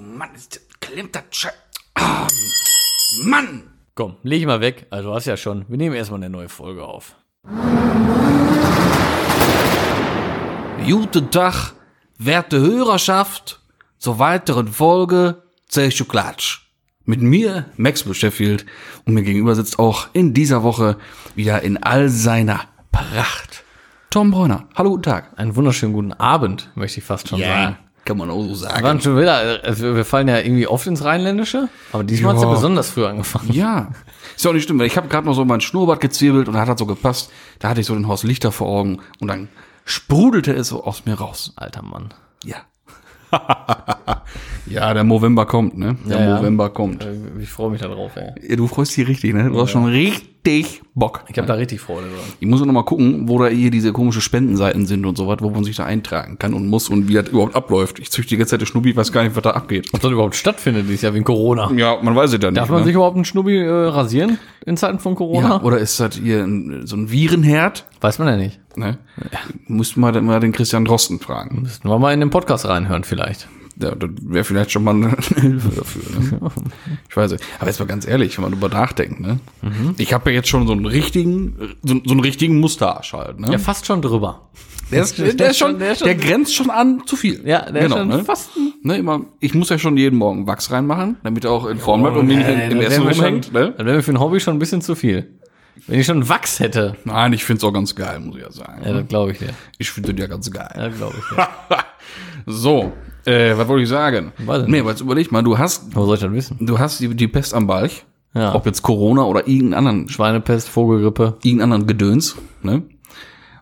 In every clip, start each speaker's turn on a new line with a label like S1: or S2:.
S1: Mann, ist, klemmt das Scheiß. Ah, Mann!
S2: Komm, leg ich mal weg. Also du hast ja schon. Wir nehmen erstmal eine neue Folge auf.
S3: Guten Tag, werte Hörerschaft, zur weiteren Folge Zechu Klatsch. Mit mir, Max Sheffield, und mir gegenüber sitzt auch in dieser Woche wieder in all seiner Pracht Tom Bräuner. Hallo, guten Tag.
S2: Einen wunderschönen guten Abend, möchte ich fast schon sagen.
S3: Kann man auch so
S2: Wir
S3: sagen.
S2: waren schon wieder, also wir fallen ja irgendwie oft ins Rheinländische, aber diesmal hat's ja
S3: Ja.
S2: besonders früh angefangen.
S3: Ja, ist ja auch nicht schlimm, weil ich habe gerade noch so meinen Schnurrbart gezwirbelt und hat das so gepasst. Da hatte ich so den Horst Lichter vor Augen und dann sprudelte es so aus mir raus.
S2: Alter Mann.
S3: Ja. ja, der Movember kommt, ne? Der
S2: Ja, ja.
S3: Movember kommt.
S2: Äh, Ich freue mich da drauf, ey.
S3: Ja, du freust dich richtig, ne? Du hast schon richtig Bock.
S2: Ich habe da richtig Freude dran.
S3: Ich muss auch noch mal gucken, wo da hier diese komischen Spendenseiten sind und so was, wo man sich da eintragen kann und muss und wie das überhaupt abläuft. Ich züchte die ganze Zeit den Schnubi, weiß gar nicht, was da abgeht.
S2: Ob das überhaupt stattfindet dieses Jahr wegen Corona.
S3: Ja, man weiß es dann
S2: Darf
S3: nicht.
S2: man
S3: ne?
S2: sich überhaupt einen Schnubbi äh, rasieren in Zeiten von Corona?
S3: ja, oder ist das hier ein, so ein Virenherd?
S2: Weiß man ja nicht.
S3: Ne? Müssten wir dann mal den Christian Drosten fragen.
S2: Müssten wir mal in den Podcast reinhören vielleicht.
S3: Ja, das wäre vielleicht schon mal eine Hilfe dafür. Ne? Ich weiß nicht. Aber jetzt mal ganz ehrlich, wenn man drüber nachdenkt, ne?
S2: Mhm.
S3: Ich habe ja jetzt schon so einen richtigen, so, so einen richtigen Musterarsch halt, ne?
S2: Ja, fast schon drüber.
S3: Der, ist, der, ist schon, der,
S2: ist schon-
S3: grenzt schon an zu viel. Genau,
S2: Ja, der ist schon fast ein-
S3: Ne, immer, ich muss ja schon jeden Morgen Wachs reinmachen, damit er auch in Form
S2: Oh,
S3: bleibt und
S2: Äh,
S3: mir nicht in- im Essen rumhängt. Ne?
S2: Dann wäre mir für ein Hobby schon ein bisschen zu viel. Wenn ich schon Wachs hätte,
S3: Nein, ich find's auch ganz geil, muss ich ja sagen.
S2: ja, das glaube ich dir.
S3: Ich finde den ja ganz geil.
S2: Ja, glaube ich dir.
S3: So, äh, was wollte ich sagen?
S2: Weiß ich
S3: nee, aber jetzt überleg mal, du hast,
S2: Wo soll ich das wissen?
S3: du hast die, die Pest am Balch.
S2: Ja.
S3: Ob jetzt Corona oder irgendeinen anderen
S2: Schweinepest, Vogelgrippe.
S3: irgendeinen anderen Gedöns, ne?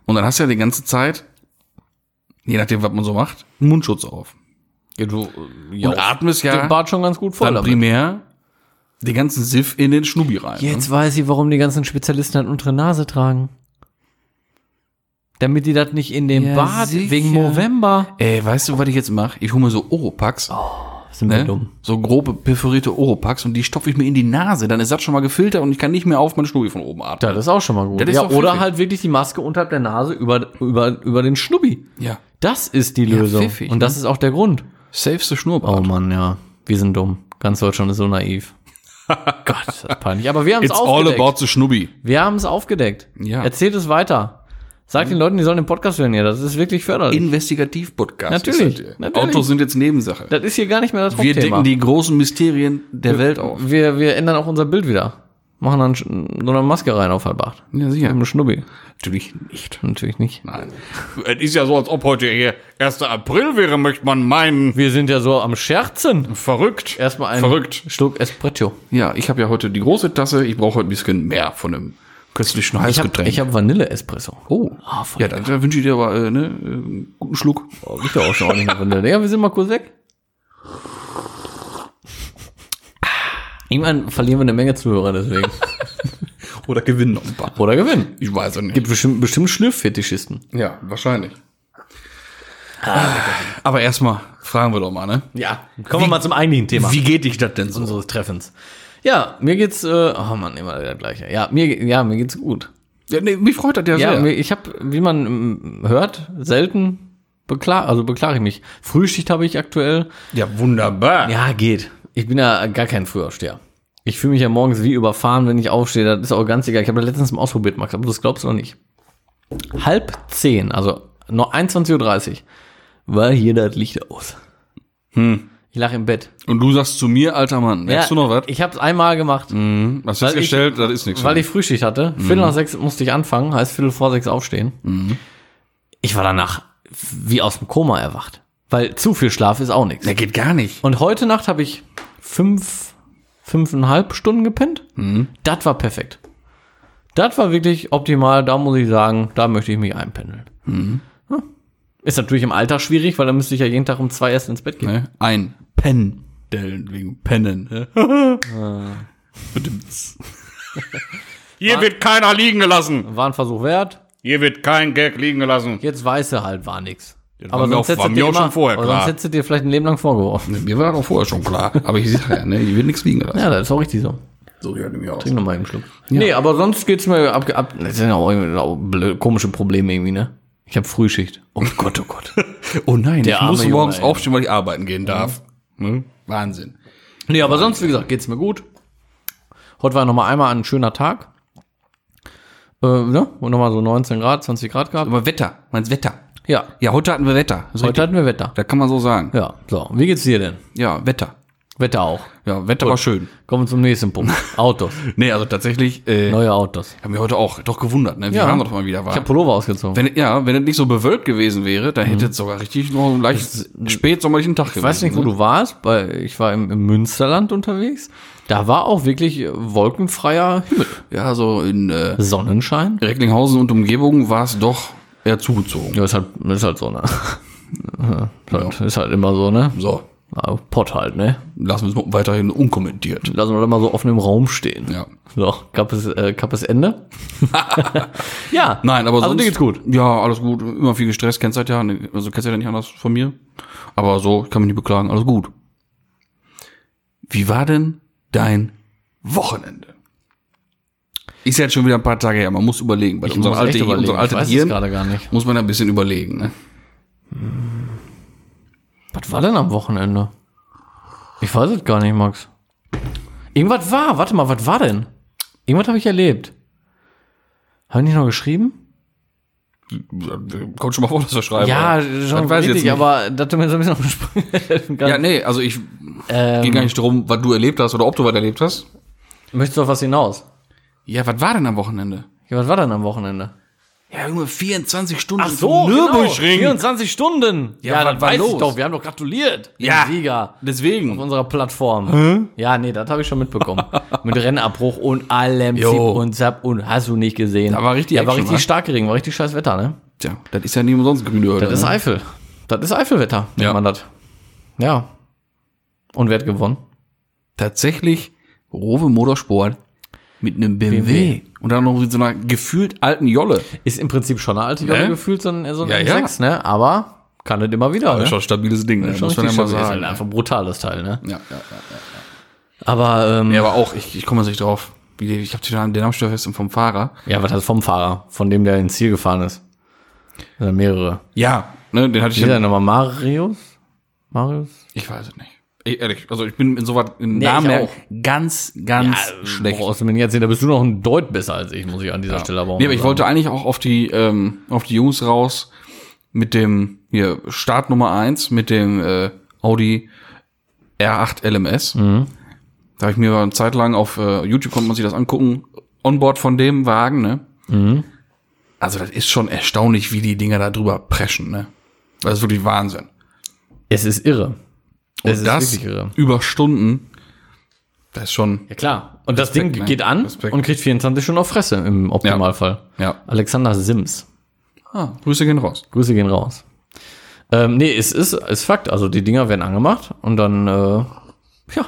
S3: Und dann hast du ja die ganze Zeit, je nachdem, was man so macht, einen Mundschutz auf.
S2: Ja, du
S3: Und atmest ja
S2: den Bart schon ganz gut voll.
S3: dann
S2: damit.
S3: primär den ganzen Siff in den Schnubi rein.
S2: Jetzt weiß ich, warum die ganzen Spezialisten halt untere Nase tragen. Damit die das nicht in den
S3: Ja,
S2: Bart
S3: sicher.
S2: wegen November.
S3: Ne? Ey, weißt du, was ich jetzt mache? Ich hole mir so Oropax,
S2: Oh, Sind wir
S3: ne? so grobe perforierte Oropax und die stopfe ich mir in die Nase. Dann ist das schon mal gefiltert und ich kann nicht mehr auf meinen Schnubi von oben atmen.
S2: Ja, das ist auch schon mal gut.
S3: Das ist
S2: Ja,
S3: doch
S2: oder
S3: pfiffig.
S2: halt wirklich die Maske unterhalb der Nase über, über, über den Schnubbi.
S3: Ja,
S2: Das ist die Lösung.
S3: pfiffig,
S2: Und das ist auch der Grund.
S3: safeste Schnurrbart.
S2: Oh Mann, ja. Wir sind dumm. Ganz Deutschland ist so naiv. Gott, das ist peinlich. Aber wir haben es aufgedeckt.
S3: the Schnubi.
S2: wir haben es aufgedeckt.
S3: Ja.
S2: Erzählt es weiter. Sagt den Leuten, die sollen den Podcast hören hier. Das ist wirklich förderlich.
S3: Investigativ-Podcast. ist
S2: Natürlich,
S3: das hier.
S2: natürlich.
S3: Autos sind jetzt Nebensache.
S2: das ist hier gar nicht mehr das
S3: Wir
S2: Hauptthema.
S3: decken die großen Mysterien der Welt auf.
S2: wir, wir ändern auch unser Bild wieder. Machen dann sch- so eine Maske rein auf Halbart.
S3: Ja, sicher.
S2: Mit einem Schnubbi.
S3: Natürlich nicht.
S2: Natürlich nicht.
S3: Nein.
S1: Es ist ja so, als ob heute hier 1. April wäre, möchte man meinen.
S2: Wir sind ja so am Scherzen.
S1: Verrückt.
S2: Erstmal einen
S1: Verrückt.
S2: Schluck Espresso.
S3: Ja, ich habe ja heute die große Tasse. Ich brauche heute ein bisschen mehr von dem köstlichen
S2: Ich habe
S3: Heißgetränk.
S2: ich hab Vanille-Espresso. Oh. Ah,
S3: ja,
S2: voll.
S3: dann dann wünsche ich dir aber äh, ne, äh, einen guten Schluck.
S2: Oh, riecht ja auch schon ordentlich nach Vanille. Ja, wir sind mal kurz weg. Irgendwann verlieren wir eine Menge Zuhörer deswegen.
S3: Oder gewinn noch ein paar.
S2: Oder gewinnen.
S3: Ich weiß es nicht.
S2: Gibt bestimmt, bestimmt Schlürffetischisten.
S3: ja, wahrscheinlich. Ah. Aber erstmal fragen wir doch mal, ne?
S2: Ja, kommen wir mal zum eigentlichen Thema
S3: Wie geht dich das denn so?
S2: unseres Treffens. Ja, mir geht's, äh, oh Mann, immer der gleiche. Ja, mir, ja, mir geht's gut.
S3: Ja, nee, mich freut das ja,
S2: Ja,
S3: sehr.
S2: mir- ich habe, wie man ähm, hört, selten beklag, also beklage ich mich. Frühschicht habe ich aktuell.
S3: Ja, wunderbar.
S2: Ja, geht. Ich bin ja gar kein Frühaufsteher. Ich fühle mich ja morgens wie überfahren, wenn ich aufstehe. Das ist auch ganz egal. Ich habe das letztens mal ausprobiert, Max, aber du glaubst noch nicht. Halb zehn, also noch 21.30 Uhr, war hier das Licht aus. Hm.
S3: Hm.
S2: Ich lag im Bett.
S3: Und du sagst zu mir, alter Mann, merkst du noch was? Mhm.
S2: Ich habe es einmal gemacht,
S3: Hast
S2: weil
S3: festgestellt, das ist nichts.
S2: weil ich Frühschicht hatte.
S3: Mhm.
S2: Viertel nach sechs musste ich anfangen, heißt Viertel vor sechs aufstehen. Ich war danach wie aus dem Koma erwacht. Weil zu viel Schlaf ist auch nichts.
S3: Der geht gar nicht.
S2: Und heute Nacht habe ich fünf, fünfeinhalb Stunden gepennt.
S3: Mhm.
S2: Das war perfekt. Das war wirklich optimal. Da muss ich sagen, da möchte ich mich einpendeln.
S3: Mhm.
S2: Hm. Ist natürlich im Alter schwierig, weil da müsste ich ja jeden Tag um zwei erst ins Bett gehen.
S3: Ne? Ein Pendeln, wegen Pennen. Ne?
S1: Hier wird keiner liegen gelassen.
S2: War ein Versuch wert.
S1: Hier wird kein Gag liegen gelassen.
S2: Jetzt weiß er halt, war nix.
S1: war mir auch- war
S2: du
S1: mir
S2: dir
S1: auch schon vorher
S2: aber
S1: klar.
S2: sonst hättest du dir vielleicht ein Leben lang vorgeworfen.
S3: Ne, Mir war das auch vorher schon klar. Aber ich sage ja, ne, ich will nichts liegen lassen.
S2: Ja, das ist auch richtig so.
S3: So hört nämlich aus.
S2: Trink nochmal einen Schluck. Nee, aber sonst geht's mir ab, ab das sind ja auch, irgendwie auch blöd, komische Probleme irgendwie, ne? Ich habe Frühschicht. Oh Gott, oh Gott.
S3: Oh nein,
S2: Der
S3: ich muss
S2: arme
S3: morgens
S2: Junge, ey.
S3: aufstehen, weil ich arbeiten gehen darf. Ne? Wahnsinn.
S2: Nee, aber sonst, wie gesagt, geht's mir gut. Heute war nochmal einmal ein schöner Tag. Äh, ne? Und nochmal so 19 Grad, 20 Grad gehabt.
S3: Aber Wetter, meinst Wetter.
S2: Ja.
S3: Ja, heute hatten wir Wetter. Das ist
S2: Heute
S3: richtig.
S2: hatten wir Wetter.
S3: Da kann man so sagen.
S2: Ja, so. Wie geht's dir denn?
S3: Ja, Wetter.
S2: Wetter auch.
S3: Ja, Wetter war schön.
S2: Kommen wir zum nächsten Punkt. Autos.
S3: Nee, also tatsächlich, äh,
S2: Neue Autos.
S3: haben wir heute auch doch gewundert, ne? Wie
S2: Ja.
S3: warm das mal wieder war.
S2: Ich habe Pullover ausgezogen.
S3: Wenn, ja, wenn es nicht so bewölkt gewesen wäre, dann
S2: Mhm.
S3: hätte es sogar richtig noch einen leichten spätsommerlichen Tag gewesen.
S2: äh, Ich weiß nicht, wo
S3: ne?
S2: du warst, weil ich war im, im Münsterland unterwegs. Da war auch wirklich äh, wolkenfreier Himmel.
S3: ne? Ja, so in äh,
S2: Sonnenschein.
S3: Recklinghausen und Umgebung war es doch eher zugezogen.
S2: Ja, ist halt, ist halt so, ne? Ja. Ist halt immer so, ne?
S3: So,
S2: Ja, Pott halt, ne?
S3: lassen wir es weiterhin unkommentiert.
S2: Lassen wir das mal so offen im Raum stehen.
S3: Ja.
S2: So, gab es, äh, gab es Ende? ja.
S3: Nein, aber
S2: also
S3: sonst,
S2: dir geht's gut.
S3: Ja, alles gut. Immer viel gestresst, kennst halt ja, ne, also kennst ja nicht anders von mir. Aber so, ich kann mich nicht beklagen, alles gut. Wie war denn dein Wochenende? Ist jetzt schon wieder ein paar Tage her, man muss überlegen. Bei unserem
S2: muss echt
S3: alten
S2: überlegen.
S3: unserem
S2: Ich
S3: alten
S2: weiß es
S3: Hirn
S2: gerade gar nicht.
S3: muss man ein bisschen überlegen. Ne?
S2: Was war denn am Wochenende? Ich weiß es gar nicht, Max. Irgendwas war, warte mal, was war denn? Irgendwas habe ich erlebt. Habe ich nicht noch geschrieben?
S3: Kommt schon mal vor, dass wir schreiben.
S2: ja,
S3: oder?
S2: schon
S3: Das weiß ich jetzt
S2: richtig,
S3: nicht.
S2: aber dass du mir so ein bisschen auf den Sprung helfen kannst.
S3: Ja, nee, also ich geht
S2: ähm,
S3: gar nicht darum, was du erlebt hast oder ob du was erlebt hast.
S2: möchtest du auf was hinaus?
S3: Ja, was war denn am Wochenende?
S2: Ja, was war denn am Wochenende?
S3: Ja, Junge, 24 Stunden.
S2: genau.
S3: Genau.
S1: Nürburgring.
S2: 24 Stunden.
S3: Ja, was war los?
S2: Wir haben doch gratuliert. dem
S3: Ja.
S2: Sieger. auf
S3: Deswegen.
S2: unserer Plattform. Ja, nee, das habe ich schon mitbekommen. Mit Rennabbruch und allem
S3: Jo.
S2: Zip und Zap und hast du nicht gesehen.
S3: Da war richtig
S2: ja, war
S3: Action,
S2: richtig
S3: wa?
S2: stark Regen, war richtig scheiß Wetter, ne?
S3: Tja, das ist ja nicht umsonst grüne Hölle.
S2: Das ist
S3: ne?
S2: Eifel. Das ist Eifelwetter, nennt
S3: Ja.
S2: man das. Ja. Und wer hat gewonnen?
S3: tatsächlich Rowe Motorsport mit einem BMW.
S2: BMW.
S3: Und dann noch mit so einer gefühlt alten Jolle.
S2: Ist im Prinzip schon eine alte Jolle
S3: Ne?
S2: gefühlt, so ein, so ein
S3: Ja, ja.
S2: M6, ne? Aber kann das immer wieder, ne?
S3: schon ein stabiles Ding, ne?
S2: Schon
S3: muss man ja
S2: richtig
S3: mal
S2: stabil. Ist
S3: sagen.
S2: halt einfach ein brutales Teil, ne?
S3: Ja, ja, ja.
S2: Aber, ähm,
S3: ja,
S2: ja,
S3: aber auch, ich, ich komme jetzt nicht drauf. Wie, die- ich habe den Namen- den Namen schon fest vom Fahrer.
S2: was heißt vom Fahrer, von dem der ins Ziel gefahren ist? Das sind mehrere.
S3: Ja, ne, den hatte ich
S2: Wie ist der
S3: ja.
S2: nochmal? Marius? Marius?
S3: Ich weiß es nicht. Ich, ehrlich, also ich bin insoweit im
S2: Nee,
S3: Namen
S2: ich
S3: her
S2: auch.
S3: ganz, ganz schlecht.
S2: Ah, Brauchst du mir nicht erzählen, da bist du noch ein Deut besser als ich, muss ich an dieser Stelle aber auch
S3: Nee, aber ich
S2: mal sagen.
S3: wollte eigentlich auch auf die, ähm, auf die Jungs raus mit dem hier Start Nummer 1 mit dem äh, Audi R8 LMS.
S2: Mhm.
S3: Da habe ich mir mal eine Zeit lang auf äh, YouTube konnte man sich das angucken. Onboard von dem Wagen, ne?
S2: Mhm.
S3: Also das ist schon erstaunlich, wie die Dinger da drüber preschen, ne? Das ist wirklich Wahnsinn.
S2: Es ist irre.
S3: Und
S2: Es ist
S3: das
S2: wirklich irre.
S3: über Stunden, das ist schon,
S2: Ja, klar. Und das
S3: Respekt,
S2: Ding
S3: ne?
S2: geht an
S3: Respekt.
S2: und kriegt 24 Stunden auf Fresse im Optimalfall.
S3: ja.
S2: Alexander Sims.
S3: Ah, Grüße gehen raus.
S2: Grüße gehen raus. Ähm, nee, es ist, ist Fakt. Also die Dinger werden angemacht und dann, äh, ja,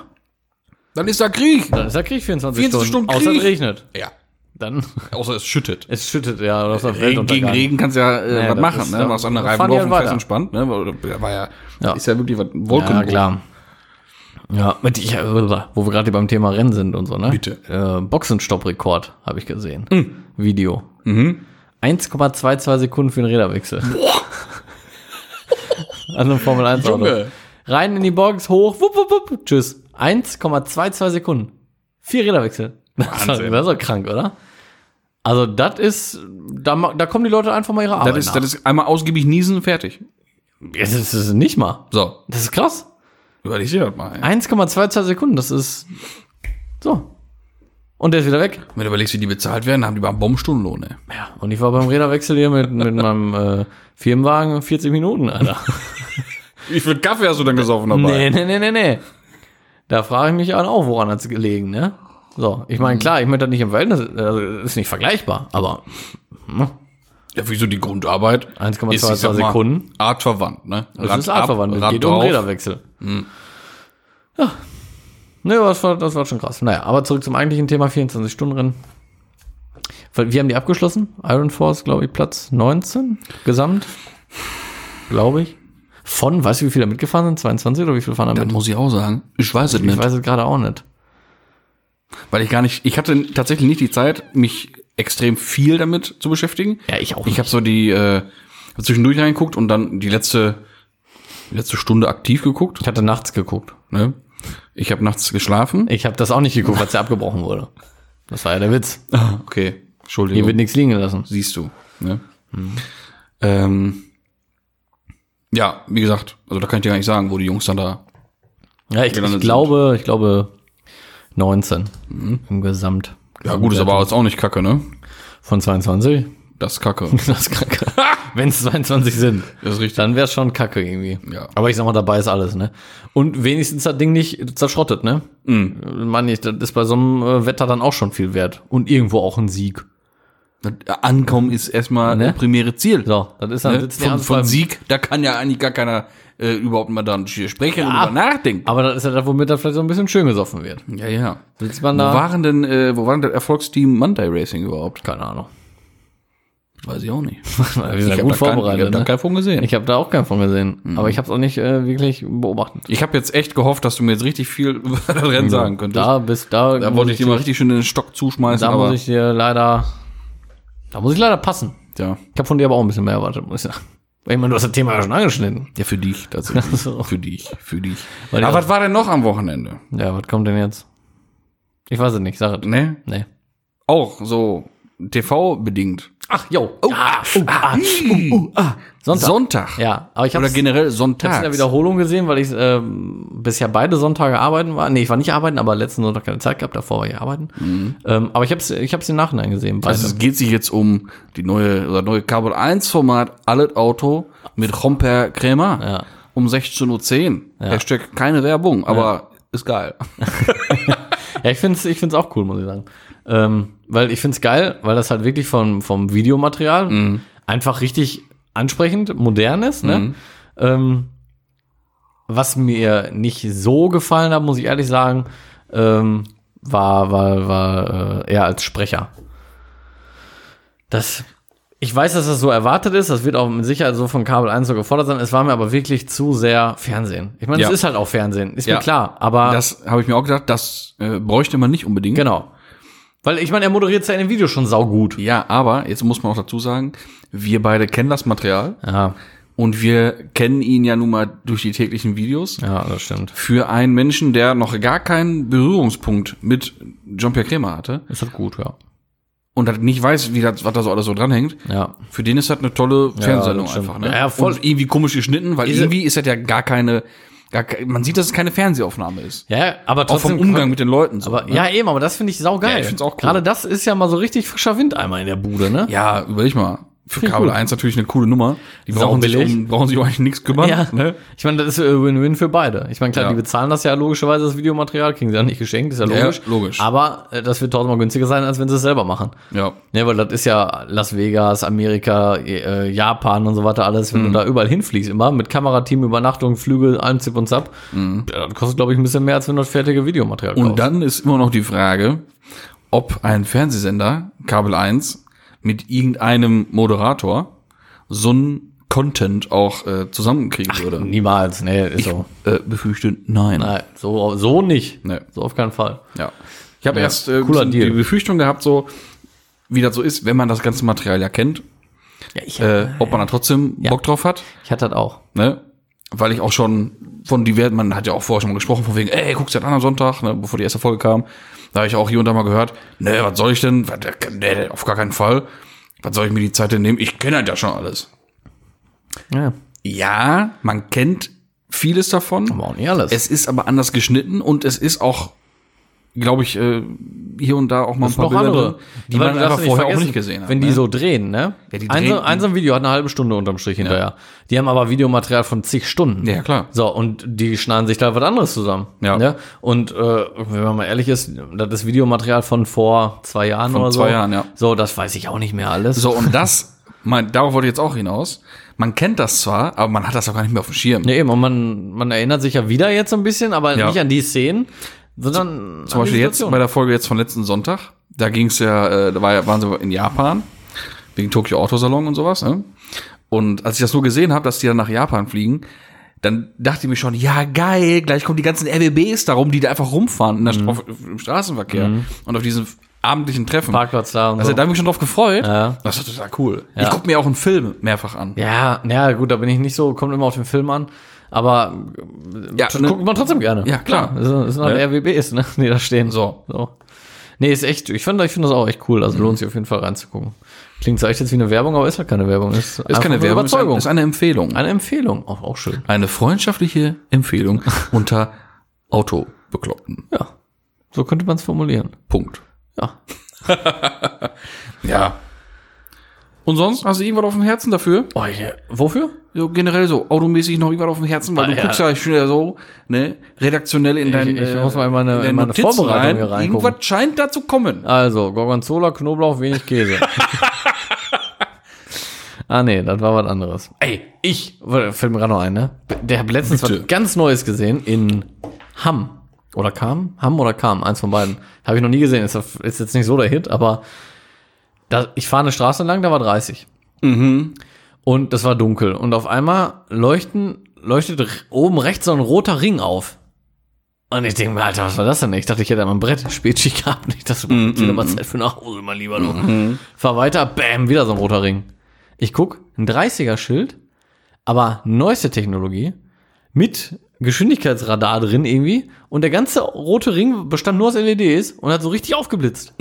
S3: Dann ist da Krieg.
S2: dann ist der Krieg 24
S3: 24 Stunden
S2: Stunden. Außer
S3: Krieg.
S2: es regnet.
S3: Ja,
S2: Dann,
S3: außer es schüttet.
S2: es schüttet, ja, oder es ist
S3: Regen, Äh, gegen
S2: Weltuntergang.
S3: Regen kannst du ja äh,
S2: Nee,
S3: was
S2: das
S3: machen,
S2: ist-
S3: ne?
S2: da-
S3: Was an der
S2: da
S3: Reifen
S2: fahren die
S3: laufen,
S2: halt
S3: fest
S2: weiter.
S3: entspannt, ne? Weil, äh, War ja,
S2: Ja.
S3: ist ja wirklich was Wolken.
S2: Ja, klar. Ja, mit ich, wo wir gerade beim Thema Rennen sind und so, ne?
S3: Bitte. Mhm.
S2: Äh, Boxenstopp-Rekord habe ich gesehen. Video. 1,22 Sekunden für den Räderwechsel. An einem Formel 1 Auto.
S3: Junge.
S2: Rein in die Box, hoch, wupp, wupp, wupp, tschüss. 1,22 Sekunden. Vier Räderwechsel. Das war-
S3: Wahnsinn.
S2: das ist doch krank, oder? Also, das ist, da, ma- da kommen die Leute einfach mal ihre Arbeit
S3: Das ist,
S2: nach.
S3: das ist einmal ausgiebig niesen, fertig.
S2: das ist, das ist nicht mal.
S3: So,
S2: Das ist krass.
S3: überleg dir das mal. ey.
S2: 1,22 Sekunden, das ist so. Und der ist wieder weg.
S3: Wenn du überlegst, wie die bezahlt werden, haben die mal einen Bombenstundlohn, ey.
S2: Ja, und ich war beim Räderwechsel hier mit, mit meinem äh, Firmenwagen 40 Minuten, Alter.
S3: Wie viel Kaffee hast du dann gesoffen
S2: nee, nee, nee, nee, nee. Da frage ich mich dann auch, woran hat's gelegen, ne? So, ich meine, klar, ich möchte das nicht im Verhältnis, also ist nicht vergleichbar, aber
S3: Ja, wieso die Grundarbeit?
S2: 1,22
S3: ist, ich sag mal,
S2: Sekunden.
S3: Artverwandt, ne?
S2: das
S3: Rad
S2: ist
S3: ab,
S2: artverwandt, es
S3: Rad
S2: geht um
S3: drauf.
S2: Räderwechsel. Ja. Nee, das war, das war schon krass. Naja, aber zurück zum eigentlichen Thema 24-Stunden-Rennen. Weil Wir haben die abgeschlossen. Iron Force, glaube ich, Platz 19 gesamt. Glaube ich. Von, weißt du, wie viele da mitgefahren sind? 22 oder wie viele fahren da
S3: Dann
S2: mit?
S3: muss ich auch sagen, ich weiß es
S2: Ich
S3: nicht.
S2: weiß es gerade auch nicht.
S3: Weil ich gar nicht, ich hatte tatsächlich nicht die Zeit, mich extrem viel damit zu beschäftigen.
S2: Ja, ich auch
S3: Ich habe so die äh, hab zwischendurch reingeguckt und dann die letzte die letzte Stunde aktiv geguckt.
S2: Ich hatte nachts geguckt.
S3: Ne? Ich habe nachts geschlafen.
S2: Ich habe das auch nicht geguckt, als er abgebrochen wurde. Das war ja der Witz.
S3: Ah, okay,
S2: Hier wird
S3: Entschuldigung.
S2: nichts liegen gelassen.
S3: Siehst du. Ne? Ähm, ja, wie gesagt, also da kann ich dir gar nicht sagen, wo die Jungs dann da.
S2: Ja, ich, ich
S3: gelandet
S2: glaube, ich glaube 19 im Gesamt.
S3: Mhm. Ja, gut, ist aber jetzt auch nicht kacke, ne?
S2: Von 22?
S3: Das ist kacke.
S2: Das ist kacke. Wenn es 22 sind,
S3: Das ist richtig.
S2: dann wäre schon kacke irgendwie.
S3: Ja.
S2: Aber ich sag mal, dabei ist alles, ne? Und wenigstens das Ding nicht zerschrottet, ne? Mhm. Mann, ich, das ist bei so einem äh, Wetter dann auch schon viel wert. Und irgendwo auch ein Sieg.
S3: Ankommen ist erstmal
S2: Ne?
S3: das primäre Ziel.
S2: So, das ist dann
S3: Ne?
S2: sitzt der
S3: Von,
S2: Hans
S3: von
S2: beim-
S3: Sieg, da kann ja eigentlich gar keiner äh, überhaupt mal dann hier sprechen und drüber nachdenken.
S2: Aber das ist ja das, womit das vielleicht so ein bisschen schön gesoffen wird.
S3: Ja, ja.
S2: Sitzt man
S3: Wo
S2: da?
S3: waren denn, äh, wo waren denn Erfolgsteam Monday Racing überhaupt?
S2: Keine Ahnung.
S3: Weiß ich auch nicht.
S2: Wir sind ja
S3: hab
S2: gut
S3: da keinen-
S2: vorbereitet.
S3: Ich habe
S2: ne?
S3: da keinen von gesehen.
S2: Ich habe da auch keinen von gesehen.
S3: Mhm.
S2: Aber ich habe es auch nicht äh, wirklich beobachtet.
S3: Ich habe jetzt echt gehofft, dass du mir jetzt richtig viel über das Rennen sagen könntest.
S2: Da bis da.
S3: Da
S2: muss
S3: wollte ich dir mal richtig schön in den Stock zuschmeißen,
S2: Da
S3: aber
S2: muss ich dir leider. Da muss ich leider passen.
S3: ja.
S2: Ich habe von dir aber auch ein bisschen mehr erwartet, muss ich sagen. Ich meine, du hast das Thema ja schon angeschnitten.
S3: ja, für dich tatsächlich.
S2: So.
S3: Für dich, für dich.
S2: Weil die
S3: aber
S2: auch-
S3: was war denn noch am Wochenende?
S2: Ja, was kommt denn jetzt? Ich weiß es nicht, sag es.
S3: Ne?
S2: Nee.
S3: Auch so TV-bedingt.
S2: Ach, jo. Oh, ah, oh, ah, oh, oh, ah. Sonntag.
S3: Sonntag.
S2: ja, aber ich habe
S3: Oder
S2: es in
S3: generell Sonntag.
S2: der Wiederholung gesehen, weil ich ähm, bisher beide Sonntage arbeiten war. Nee, ich war nicht arbeiten, aber letzten Sonntag keine Zeit gehabt, davor war ich arbeiten. Ähm, aber ich habe es ich hab's im Nachhinein gesehen. Beide.
S3: Mhm. Also es geht sich jetzt um die neue oder neue Kabel 1 Format Allet Auto mit Romper Krämer
S2: Ja.
S3: um 16.10 Uhr. Hashtag keine Werbung, aber ist geil.
S2: Ja, ich find's, ich find's auch cool, muss ich sagen. Ähm, weil ich find's geil, weil das halt wirklich vom, vom Videomaterial
S3: Mhm.
S2: einfach richtig ansprechend, modern ist. Ne? Ähm, was mir nicht so gefallen hat, muss ich ehrlich sagen, ähm, war, war, war äh, er als Sprecher. Das, ich weiß, dass das so erwartet ist, das wird auch mit Sicherheit so von Kabel 1 so gefordert sein. Es war mir aber wirklich zu sehr Fernsehen. Ich meine,
S3: Ja.
S2: es ist halt auch Fernsehen, ist
S3: Ja.
S2: mir klar. Aber
S3: Das habe ich mir auch gedacht, das äh, bräuchte man nicht unbedingt.
S2: Genau. Weil ich meine, er moderiert ja in dem Video schon saugut.
S3: Ja, aber jetzt muss man auch dazu sagen, wir beide kennen das Material
S2: Ja,
S3: und wir kennen ihn ja nun mal durch die täglichen Videos.
S2: ja, das stimmt.
S3: Für einen Menschen, der noch gar keinen Berührungspunkt mit Jean-Pierre Krämer hatte
S2: Ist das gut, ja.
S3: und halt nicht weiß, wie das, was da so alles so dranhängt,
S2: Ja.
S3: Für den ist das eine tolle Fernsehsendung
S2: das stimmt.
S3: einfach, ne?
S2: Ja, voll.
S3: Und irgendwie komisch geschnitten, weil
S2: Ist-
S3: irgendwie ist das ja gar keine, gar, ke- man sieht, dass es keine Fernsehaufnahme ist.
S2: Ja, aber
S3: Auch vom
S2: trotzdem.
S3: Umgang mit den Leuten so.
S2: aber,
S3: ne?
S2: ja, eben, aber das finde ich saugeil.
S3: Ja, ich find's auch cool.
S2: Gerade das ist ja mal so richtig frischer Wind einmal in der Bude, ne?
S3: ja, überleg mal. Für
S2: ich
S3: Kabel
S2: gut.
S3: 1 natürlich eine coole Nummer. Die
S2: Sau
S3: brauchen sich,
S2: billig.
S3: um, brauchen sich um eigentlich nichts kümmern. Ne?
S2: Ich meine, das ist äh, Win-Win für beide. Ich meine, klar,
S3: Ja.
S2: die bezahlen das ja logischerweise, das Videomaterial kriegen sie ja nicht geschenkt, ist ja
S3: Ja,
S2: logisch.
S3: logisch.
S2: Aber äh, das wird tausendmal günstiger sein, als wenn sie es selber machen.
S3: Ja.
S2: Ne, weil das ist ja Las Vegas, Amerika, äh, Japan und so weiter alles, wenn du da überall hinfliegst, immer mit Kamerateam, Übernachtung, Flüge, allem Zip und Zap. Ja, das kostet, glaube ich, ein bisschen mehr, als wenn du das fertige Videomaterial
S3: Und dann ist immer noch die Frage, ob ein Fernsehsender, Kabel 1, mit irgendeinem Moderator so einen Content auch äh, zusammenkriegen würde.
S2: Niemals, nee, ist so.
S3: Äh, befürchte, nein.
S2: Nein, so, so nicht.
S3: Nee.
S2: So auf keinen Fall.
S3: Ja. Ich habe
S2: Ja,
S3: erst äh,
S2: cooler
S3: bisschen
S2: Deal.
S3: die Befürchtung gehabt, so wie das so ist, wenn man das ganze Material ja kennt,
S2: Ja, ich,
S3: äh, ob man da trotzdem Bock drauf hat.
S2: ich hatte das auch.
S3: Ne? Weil ich auch schon von diversen, man hat ja auch vorher schon mal gesprochen, von wegen, ey, guckst du das an am Sonntag, ne, bevor die erste Folge kam. Da habe ich auch hier und da mal gehört, ne, was soll ich denn? Was, äh, Nee, auf gar keinen Fall. Was soll ich mir die Zeit denn nehmen? Ich kenne das ja schon alles.
S2: Ja.
S3: Ja, man kennt vieles davon.
S2: Aber auch nicht alles.
S3: Es ist aber anders geschnitten und es ist auch, glaube ich, äh, hier und da auch mal ein paar
S2: noch
S3: Bilder
S2: andere,
S3: drin, die man einfach vorher auch nicht gesehen hat.
S2: Wenn die
S3: ne?
S2: so drehen, ne?
S3: Ja, die
S2: ein, so,
S3: drehen-
S2: ein so ein Video hat eine halbe Stunde unterm Strich hinterher. Die haben aber Videomaterial von zig Stunden.
S3: Ja, klar.
S2: So, und die schneiden sich da was anderes zusammen.
S3: Ja.
S2: Ne? Und äh, wenn man mal ehrlich ist, das ist Videomaterial von vor zwei Jahren oder so.
S3: zwei Jahren, ja.
S2: So, das weiß ich auch nicht mehr alles.
S3: so, und das, mein, darauf wollte ich jetzt auch hinaus. Man kennt das zwar, aber man hat das auch gar nicht mehr auf dem Schirm.
S2: Ne, eben, und man, man erinnert sich ja wieder jetzt so ein bisschen, aber
S3: Ja.
S2: nicht an die Szenen,
S3: Zum
S2: sondern an die
S3: Beispiel jetzt
S2: Situation.
S3: bei der Folge jetzt von letzten Sonntag, da ging's ja, äh, da war, ja- waren sie in Japan, wegen Tokyo Autosalon und sowas, ne? Und als ich das nur gesehen habe, dass die dann nach Japan fliegen, dann dachte ich mir schon, ja geil, gleich kommen die ganzen RWBs darum, die da einfach rumfahren in der, Stra- auf, im Straßenverkehr und auf diesen abendlichen Treffen.
S2: Parkplatz da und
S3: Also
S2: so.
S3: da habe ich mich schon drauf gefreut.
S2: Ja.
S3: Das ist total cool. Ich gucke mir auch einen Film mehrfach an.
S2: Ja, ja, gut, da bin ich nicht so, kommt immer auf den Film an. Aber
S3: Ja, ne?
S2: äh, guckt man trotzdem gerne.
S3: Ja, klar.
S2: Das sind- das sind halt
S3: Ja.
S2: RWBs, ne? Die da stehen.
S3: So.
S2: so. Nee, ist echt, ich finde ich find das auch echt cool. Also lohnt sich auf jeden Fall reinzugucken. Klingt vielleicht jetzt wie eine Werbung, aber ist halt keine Werbung. Ist,
S3: ist keine Werbung, ist, ein,
S2: Überzeugung.
S3: ist eine Empfehlung.
S2: eine Empfehlung. Auch, auch schön.
S3: Eine freundschaftliche Empfehlung unter Autobekloppten.
S2: Ja. So könnte man es formulieren.
S3: Punkt.
S2: Ja.
S3: Ja. Und sonst hast du irgendwas auf dem Herzen dafür?
S2: Oh, ja. Wofür?
S3: So generell so automäßig noch irgendwas auf dem Herzen, weil
S2: Ah,
S3: du
S2: ja.
S3: guckst ja schon wieder so, ne, redaktionell in dein
S2: ich
S3: äh,
S2: muss mal in meine-
S3: deine
S2: in meine
S3: Notizen
S2: Vorbereitung
S3: rein.
S2: hier reingucken.
S3: Irgendwas scheint da zu kommen.
S2: Also, Gorgonzola, Knoblauch, wenig Käse. ah, nee, das war was anderes.
S3: Ey, ich.
S2: Warte, Fällt mir gerade noch ein, ne? Der hat letztens
S3: Bitte.
S2: was ganz Neues gesehen in Hamm. Oder Kam? Hamm oder Kam? Eins von beiden. Habe ich noch nie gesehen. Ist, das- ist jetzt nicht so der Hit, aber da, ich fahre eine Straße lang, da war 30. Und das war dunkel. Und auf einmal leuchten, leuchtet r- oben rechts so ein roter Ring auf. Und ich denke mir, Alter, was war das denn? Ich dachte, ich hätte einmal ein Brett Spätschicht gehabt. Ich dachte, mm, wieder mal Zeit für nach Hause, mein lieber du. Fahr weiter, bam, wieder so ein roter Ring. Ich guck, ein 30er-Schild, aber neueste Technologie mit Geschwindigkeitsradar drin irgendwie und der ganze rote Ring bestand nur aus LEDs und hat so richtig aufgeblitzt.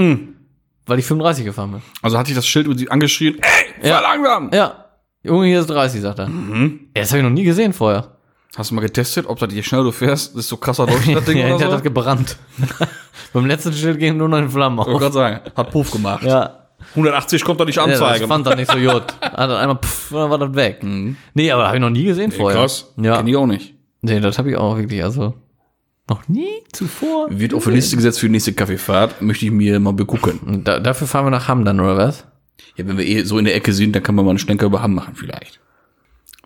S2: Weil ich 35 gefahren bin.
S3: Also hatte ich das Schild über sie angeschrien, ey, fahr
S2: Ja.
S3: langsam!
S2: Ja. Junge, hier ist 30, sagt er. Mhm. Das habe ich noch nie gesehen vorher.
S3: Hast du mal getestet, ob das je schneller du fährst, desto krasser leuchtet das Ding
S2: ja,
S3: oder
S2: hinterher
S3: so?
S2: hat das gebrannt. Beim letzten Schild ging nur noch in Flammen
S3: Ich
S2: auf.
S3: wollte gerade sagen, hat Puff gemacht.
S2: Ja.
S1: 180 kommt doch nicht
S2: ja. Das
S1: anzeigen.
S2: fand er nicht so gut. Hat er einmal pff, und dann war das weg. Nee, aber habe ich noch nie gesehen vorher.
S1: krass.
S2: Ja.
S3: Kenn ich auch nicht.
S2: Nee, das habe ich auch wirklich, also noch nie zuvor.
S3: Wird auf die Liste gesetzt für die nächste Kaffeefahrt, möchte ich mir mal begucken.
S2: Und Da, dafür fahren wir nach Hamm dann, oder was?
S3: Ja, wenn wir eh so in der Ecke sind, dann kann man mal einen Schlenker über Hamm machen vielleicht.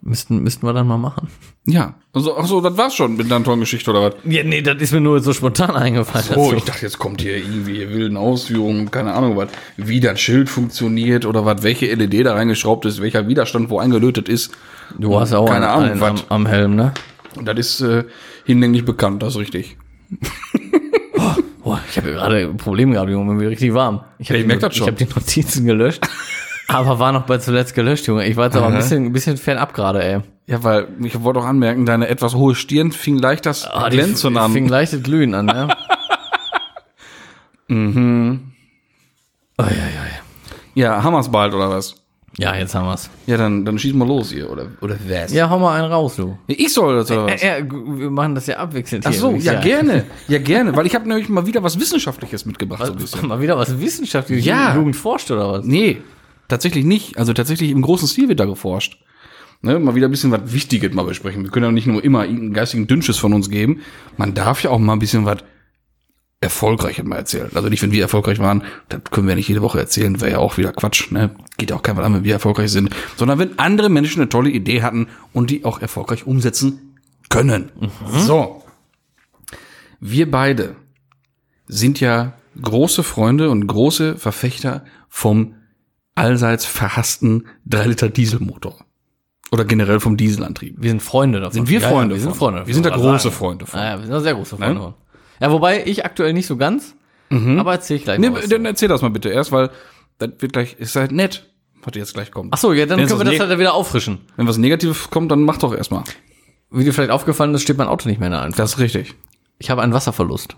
S2: Müssten, müssten wir dann mal machen.
S3: Ja. Also, ach so, das war's schon mit deiner tollen Geschichte oder was?
S2: Ja, nee, das ist mir nur so spontan eingefallen.
S3: Oh,
S2: dazu.
S3: ich dachte, jetzt kommt hier irgendwie wilden Ausführungen, keine Ahnung was, wie das Schild funktioniert oder was, welche LED da reingeschraubt ist, welcher Widerstand wo eingelötet ist.
S2: du hast auch
S3: keine
S2: einen,
S3: Ahnung,
S2: einen am,
S3: was.
S2: am Helm, ne?
S3: Und das ist äh, hinlänglich bekannt, das ist richtig.
S2: Boah, ich habe gerade ein Problem gehabt, Junge, mir wird richtig warm. Ich, hab
S3: Ja, ich
S2: die
S3: merk
S2: No-
S3: das schon.
S2: Ich habe die Notizen gelöscht, aber war noch bei zuletzt gelöscht, Junge. Ich war jetzt aber ein bisschen, ein bisschen fernab gerade, ey.
S3: Ja, weil ich wollte auch anmerken, deine etwas hohe Stirn fing leicht das
S2: Ah, die
S3: Glänzen
S2: f- Fing
S3: an.
S2: leichtes Glühen an, ne? mhm. Ei, ei, ei.
S3: Ja, hammer's bald oder was?
S2: Ja, jetzt haben wir's.
S3: Ja, dann, dann schieß mal los hier oder, oder was?
S2: Ja, hau mal einen raus, du.
S3: Ich soll das oder was?
S2: Äh, äh, gu- wir machen das ja abwechselnd
S3: Ach
S2: hier.
S3: so,
S2: würd ich
S3: ja,
S2: sagen.
S3: gerne. Ja, gerne, weil ich habe nämlich mal wieder was Wissenschaftliches mitgebracht. so ein bisschen.
S2: Mal wieder was wissenschaftliches
S3: Ja.
S2: Jugend forscht oder was?
S3: Nee, tatsächlich nicht. Also tatsächlich im großen Stil wird da geforscht. Ne, mal wieder ein bisschen was Wichtiges mal besprechen. Wir können ja nicht nur immer irgendeinen geistigen Dünnschiss von uns geben. Man darf ja auch mal ein bisschen was Erfolgreiches mal erzählen. Also nicht, wenn wir erfolgreich waren, das können wir nicht jede Woche erzählen, wäre ja auch wieder Quatsch. Ne? Geht ja auch kein was an, wenn wir erfolgreich sind. Sondern wenn andere Menschen eine tolle Idee hatten und die auch erfolgreich umsetzen können. So. Wir beide sind ja große Freunde und große Verfechter vom allseits verhassten 3 Liter Dieselmotor. Oder generell vom Dieselantrieb.
S2: Wir sind Freunde davon.
S3: Sind wir
S2: Ja,
S3: Freunde
S2: Ja, wir sind
S3: von. Also
S2: Freunde.
S3: Wir sind da
S2: davon.
S3: große Freunde von.
S2: Ah, ja, wir sind da sehr große Freunde davon. Ja, wobei ich aktuell nicht so ganz, aber erzähl ich gleich
S3: Mhm. Nee,
S2: noch was.
S3: dann erzähl das mal bitte erst, weil das wird gleich, ist halt nett, was jetzt gleich kommt.
S2: Ach so, ja, dann
S3: Nennst
S2: können wir
S3: du
S2: das
S3: es
S2: halt wieder auffrischen.
S3: Wenn was Negatives kommt, dann mach doch erstmal.
S2: Wie dir vielleicht aufgefallen ist, steht mein Auto nicht mehr in der Einfahrt.
S3: Das ist richtig.
S2: Ich habe einen Wasserverlust.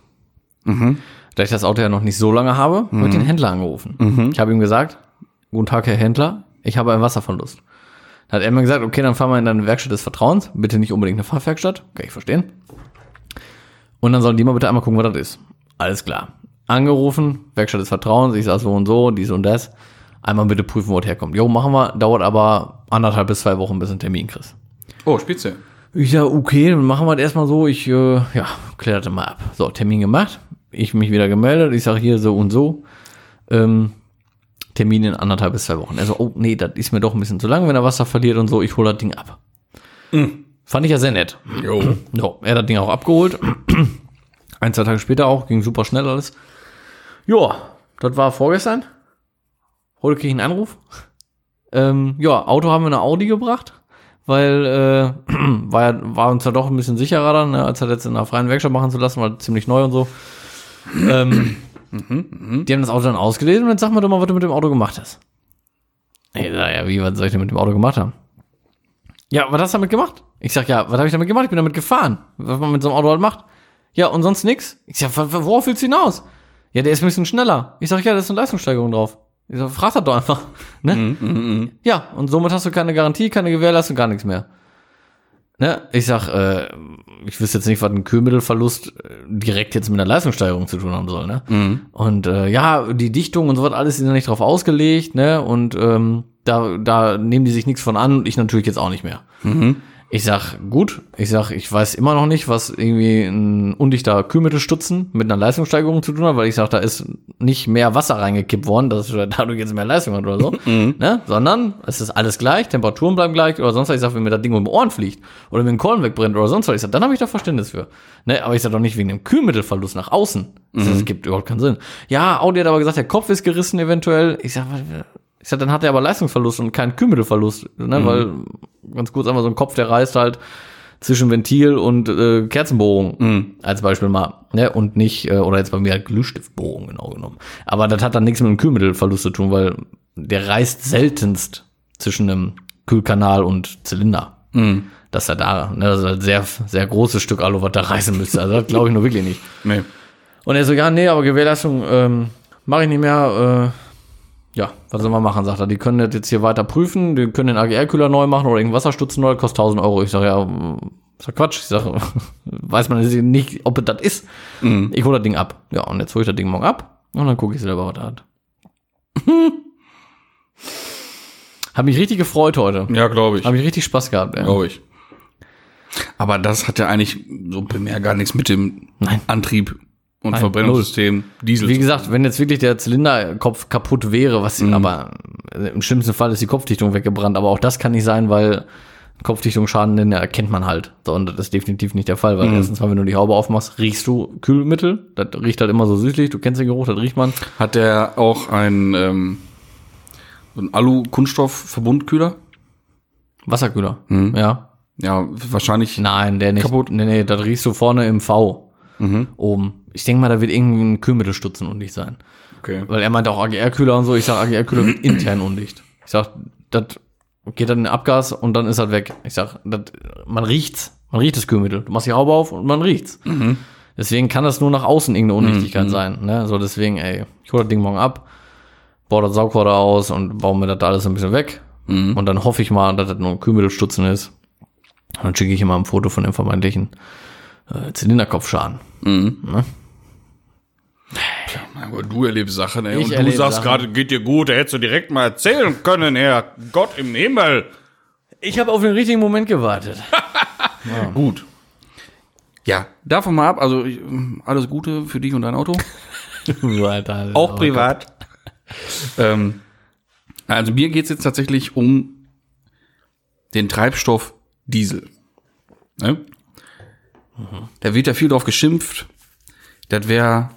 S2: Da ich das Auto ja noch nicht so lange habe, habe ich den Händler angerufen. Ich habe ihm gesagt, guten Tag, Herr Händler, ich habe einen Wasserverlust. Da hat er mir gesagt, okay, dann fahren wir in deine Werkstatt des Vertrauens. Bitte nicht unbedingt eine Fahrwerkstatt. Kann ich verstehen. Und dann sollen die mal bitte einmal gucken, was das ist. Alles klar. Angerufen, Werkstatt des Vertrauens, ich sag so und so, dies und das. Einmal bitte prüfen, wo das herkommt. Jo, machen wir. Dauert aber anderthalb bis zwei Wochen, bis du einen Termin kriegst.
S3: Oh, Spitze.
S2: Ich sage, okay, dann machen wir das erstmal so. Ich, äh, ja, klär das dann mal ab. So, Termin gemacht. Ich mich wieder gemeldet. Ich sage hier so und so. Ähm, Termin in anderthalb bis zwei Wochen. Also, oh nee, das ist mir doch ein bisschen zu lang, wenn er Wasser verliert und so. Ich hole das Ding ab. Fand ich ja sehr nett.
S3: Jo.
S2: So, er hat das Ding auch abgeholt. Ein, zwei Tage später auch. Ging super schnell alles. Ja, das war vorgestern. Heute krieg ich einen Anruf. Ähm, ja, Auto haben wir eine Audi gebracht, weil äh, war, ja, war uns ja doch ein halt bisschen sicherer dann, ne, als das jetzt in einer freien Werkstatt machen zu lassen, war ziemlich neu und so. Ähm, Die haben das Auto dann ausgelesen und jetzt sag mal doch mal, was du mit dem Auto gemacht hast. Ich sag, ja, wie, was soll ich denn mit dem Auto gemacht haben? Ja, was hast du damit gemacht? Ich sag, ja, was habe ich damit gemacht? Ich bin damit gefahren. Was man mit so einem Auto halt macht. Ja, und sonst nix? Ich sag, wa- wa- worauf willst du hinaus? Ja, der ist ein bisschen schneller. Ich sag, ja, da ist eine Leistungssteigerung drauf. Ich sag, frag das doch einfach. Ne? Ja, und somit hast du keine Garantie, keine Gewährleistung, gar nichts mehr. Ne? Ich sag, äh, ich wüsste jetzt nicht, was ein Kühlmittelverlust äh, direkt jetzt mit einer Leistungssteigerung zu tun haben soll, ne? Und äh, ja, die Dichtung und so was alles ist ja nicht drauf ausgelegt, ne? Und ähm, da, da nehmen die sich nichts von an und ich natürlich jetzt auch nicht mehr. Ich sag, gut, ich sag, ich weiß immer noch nicht, was irgendwie ein undichter Kühlmittelstutzen mit einer Leistungssteigerung zu tun hat, weil ich sag, da ist nicht mehr Wasser reingekippt worden, dass er dadurch jetzt mehr Leistung hat oder so, ne? sondern es ist alles gleich, Temperaturen bleiben gleich oder sonst was. Ich sag, wenn mir das Ding um die Ohren fliegt oder mir ein Korn wegbrennt oder sonst was, ich sag, dann habe ich da Verständnis für. Ne? Aber ich sag doch nicht wegen dem Kühlmittelverlust nach außen. Ich sag, Das gibt überhaupt keinen Sinn. Ja, Audi hat aber gesagt, der Kopf ist gerissen eventuell. Ich sag, was- ich sag, dann hat er aber Leistungsverlust und keinen Kühlmittelverlust, ne? weil ganz kurz einmal so ein Kopf, der reißt halt zwischen Ventil und äh, Kerzenbohrung als Beispiel mal, ne? Und nicht, äh, oder jetzt bei mir halt Glühstiftbohrung genau genommen. Aber das hat dann nichts mit dem Kühlmittelverlust zu tun, weil der reißt seltenst zwischen einem Kühlkanal und Zylinder. Dass er da, ne, das ist ein sehr, sehr großes Stück Alu, was da reißen müsste. Also das glaube ich nur wirklich nicht.
S3: Nee.
S2: Und er so, ja, nee, aber Gewährleistung ähm, mache ich nicht mehr. Äh, ja, was soll man machen, sagt er. Die können das jetzt hier weiter prüfen, die können den AGR-Kühler neu machen oder irgendeinen Wasserstutzen neu, kostet 1000 Euro. Ich sage, ja, mm, ist ja Quatsch. Ich sage, weiß man nicht, ob es das ist. Ich hole das Ding ab. Ja, und jetzt hole ich das Ding morgen ab und dann gucke ich selber, was er hat. Hab mich richtig gefreut heute.
S3: Ja, glaube ich.
S2: Hab ich richtig Spaß gehabt. ey.
S3: Glaube ich. Also- Aber das hat ja eigentlich so primär gar nichts mit dem
S2: Nein.
S3: Antrieb und Verbrennungssystem Diesel
S2: Wie
S3: zu
S2: gesagt, wenn jetzt wirklich der Zylinderkopf kaputt wäre, was aber äh, im schlimmsten Fall ist die Kopfdichtung weggebrannt, aber auch das kann nicht sein, weil Kopfdichtungsschaden, den erkennt man halt. So, und das ist definitiv nicht der Fall, weil erstens mal, wenn du die Haube aufmachst, riechst du Kühlmittel. Das riecht halt immer so süßlich, du kennst den Geruch, das riecht man.
S3: Hat der auch einen, ähm, so einen Alu-Kunststoff-Verbundkühler?
S2: Wasserkühler. Ja.
S3: Ja, wahrscheinlich.
S2: Nein, der nicht.
S3: Kaputt.
S2: Nee, nee, das riechst du vorne im V. Oben. Ich denke mal, da wird irgendwie ein Kühlmittelstutzen undicht sein.
S3: Okay.
S2: Weil er meinte auch AGR-Kühler und so. Ich sag, AGR-Kühler wird intern undicht. Ich sag, das geht dann in den Abgas und dann ist das weg. Ich sag, das, man riecht's. Man riecht das Kühlmittel. Du machst die Haube auf und man riecht's.
S3: Mhm.
S2: Deswegen kann das nur nach außen irgendeine Undichtigkeit sein. Ne? So, deswegen, ey, ich hole das Ding morgen ab, baue das Saugrohr aus und baue mir das alles ein bisschen weg.
S3: Mhm.
S2: Und dann hoffe ich mal, dass das nur ein Kühlmittelstutzen ist. Und dann schicke ich immer ein Foto von dem vermeintlichen äh, Zylinderkopfschaden.
S3: Aber du erlebst Sachen, ey.
S2: Ich
S3: und du
S2: erlebe
S3: sagst
S2: Sachen.
S3: gerade,
S1: Gerade geht dir gut, da hättest du direkt mal erzählen können, Herr Gott im Himmel.
S2: Ich habe auf den richtigen Moment gewartet.
S3: gut. Ja, davon mal ab. Also ich, alles Gute für dich und dein Auto. Auch privat. ähm, also mir geht's jetzt tatsächlich um den Treibstoff Diesel. Ne? Da wird ja viel drauf geschimpft. Das wäre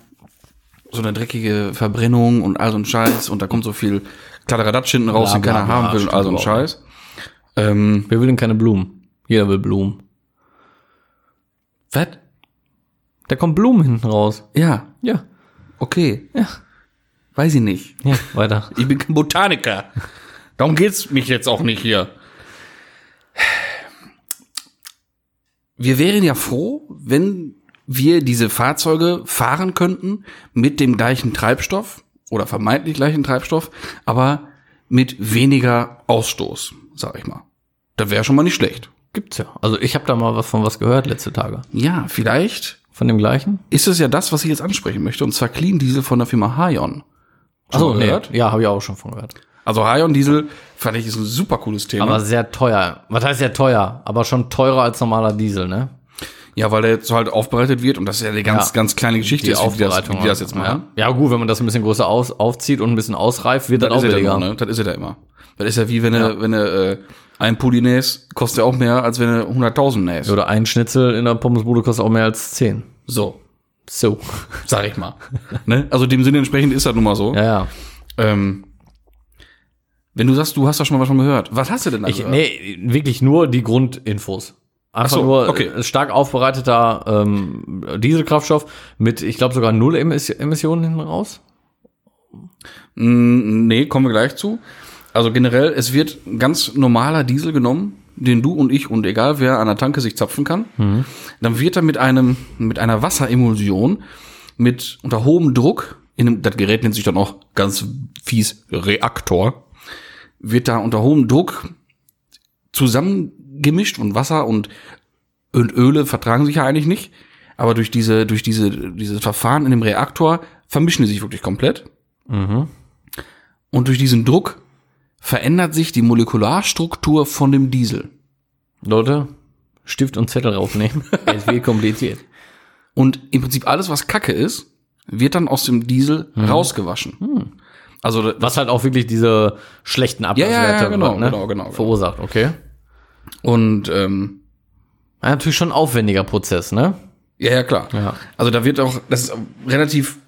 S3: so eine dreckige Verbrennung und all so ein Scheiß. Und da kommt so viel Kladderadatsch hinten raus,
S2: Bla,
S3: den
S2: bla,
S3: keiner
S2: bla,
S3: haben will und all so ein
S2: stimmt
S3: Scheiß. Ähm,
S2: Wer will denn keine Blumen? Jeder will Blumen.
S3: was?
S2: Da kommen Blumen hinten raus.
S3: Ja,
S2: Ja.
S3: okay.
S2: Ja.
S3: Weiß ich nicht.
S2: Ja, weiter.
S3: Ich bin kein Botaniker. Darum geht's mich jetzt auch nicht hier. Wir wären ja froh, wenn wir diese Fahrzeuge fahren könnten mit dem gleichen Treibstoff oder vermeintlich gleichen Treibstoff, aber mit weniger Ausstoß, sag ich mal. Das wäre schon mal nicht schlecht.
S2: Gibt's ja. Also ich habe da mal was von was gehört letzte Tage.
S3: Ja, vielleicht
S2: Von dem gleichen?
S3: ist es ja das, was ich jetzt ansprechen möchte, und zwar Clean Diesel von der Firma Hayon. Schon
S2: Achso,
S3: mal
S2: nee.
S3: gehört?
S2: Ja, habe ich auch schon von gehört.
S3: Also Hayon Diesel fand ich ist ein super cooles Thema.
S2: Aber sehr teuer. Was heißt sehr teuer? Aber schon teurer als normaler Diesel, ne?
S3: Ja, weil der jetzt halt aufbereitet wird und das ist ja eine ganz,
S2: Ja.
S3: ganz kleine Geschichte, ist, wie, die das, wie die das jetzt ne? machen.
S2: Ja. ja gut, wenn man das ein bisschen größer aus, aufzieht und ein bisschen ausreift, wird das,
S3: Das,
S2: auch
S3: ist ja
S2: billiger.
S3: immer, ne? das ist ja da immer. Das ist ja wie wenn du, wenn du äh, ein Pulli nähst, kostet ja auch mehr, als wenn du 100.000 nähst.
S2: Oder ein Schnitzel in der Pommesbude kostet auch mehr als 10.
S3: So,
S2: So.
S3: sag ich mal. ne? Also dem Sinne entsprechend ist das nun mal so.
S2: Ja, ja.
S3: Ähm, wenn du sagst, du hast das schon mal was von gehört, was hast du denn da
S2: Ich,
S3: gehört?
S2: nee, wirklich nur die Grundinfos.
S3: Also,
S2: Einfach
S3: so,
S2: nur äh,
S3: okay.
S2: stark aufbereiteter ähm, Dieselkraftstoff mit, ich glaube, sogar null Emis Emissionen hinten raus.
S3: Nee, kommen wir gleich zu. Also generell, es wird ganz normaler Diesel genommen, den du und ich und egal wer an der Tanke sich zapfen kann. Dann wird er mit einem, mit einer Wasserimulsion, mit unter hohem Druck, in einem, das Gerät nennt sich dann auch ganz fies Reaktor, wird da unter hohem Druck zusammengemischt und Wasser und, und Öle vertragen sich ja eigentlich nicht. Aber durch diese, durch diese, dieses Verfahren in dem Reaktor vermischen die sich wirklich komplett. Und durch diesen Druck verändert sich die Molekularstruktur von dem Diesel.
S2: Leute, Stift und Zettel rausnehmen. es wird kompliziert.
S3: Und im Prinzip alles, was Kacke ist, wird dann aus dem Diesel
S2: Mhm.
S3: rausgewaschen.
S2: Hm.
S3: Also da-
S2: Was halt auch wirklich diese schlechten Abgaswerte
S3: Ja, ja, ja, genau,
S2: ne,
S3: genau, genau, genau.
S2: verursacht, okay.
S3: und ähm,
S2: Ja, natürlich schon ein aufwendiger Prozess, ne?
S3: ja, ja klar.
S2: Ja.
S3: Also da wird auch das ist relativ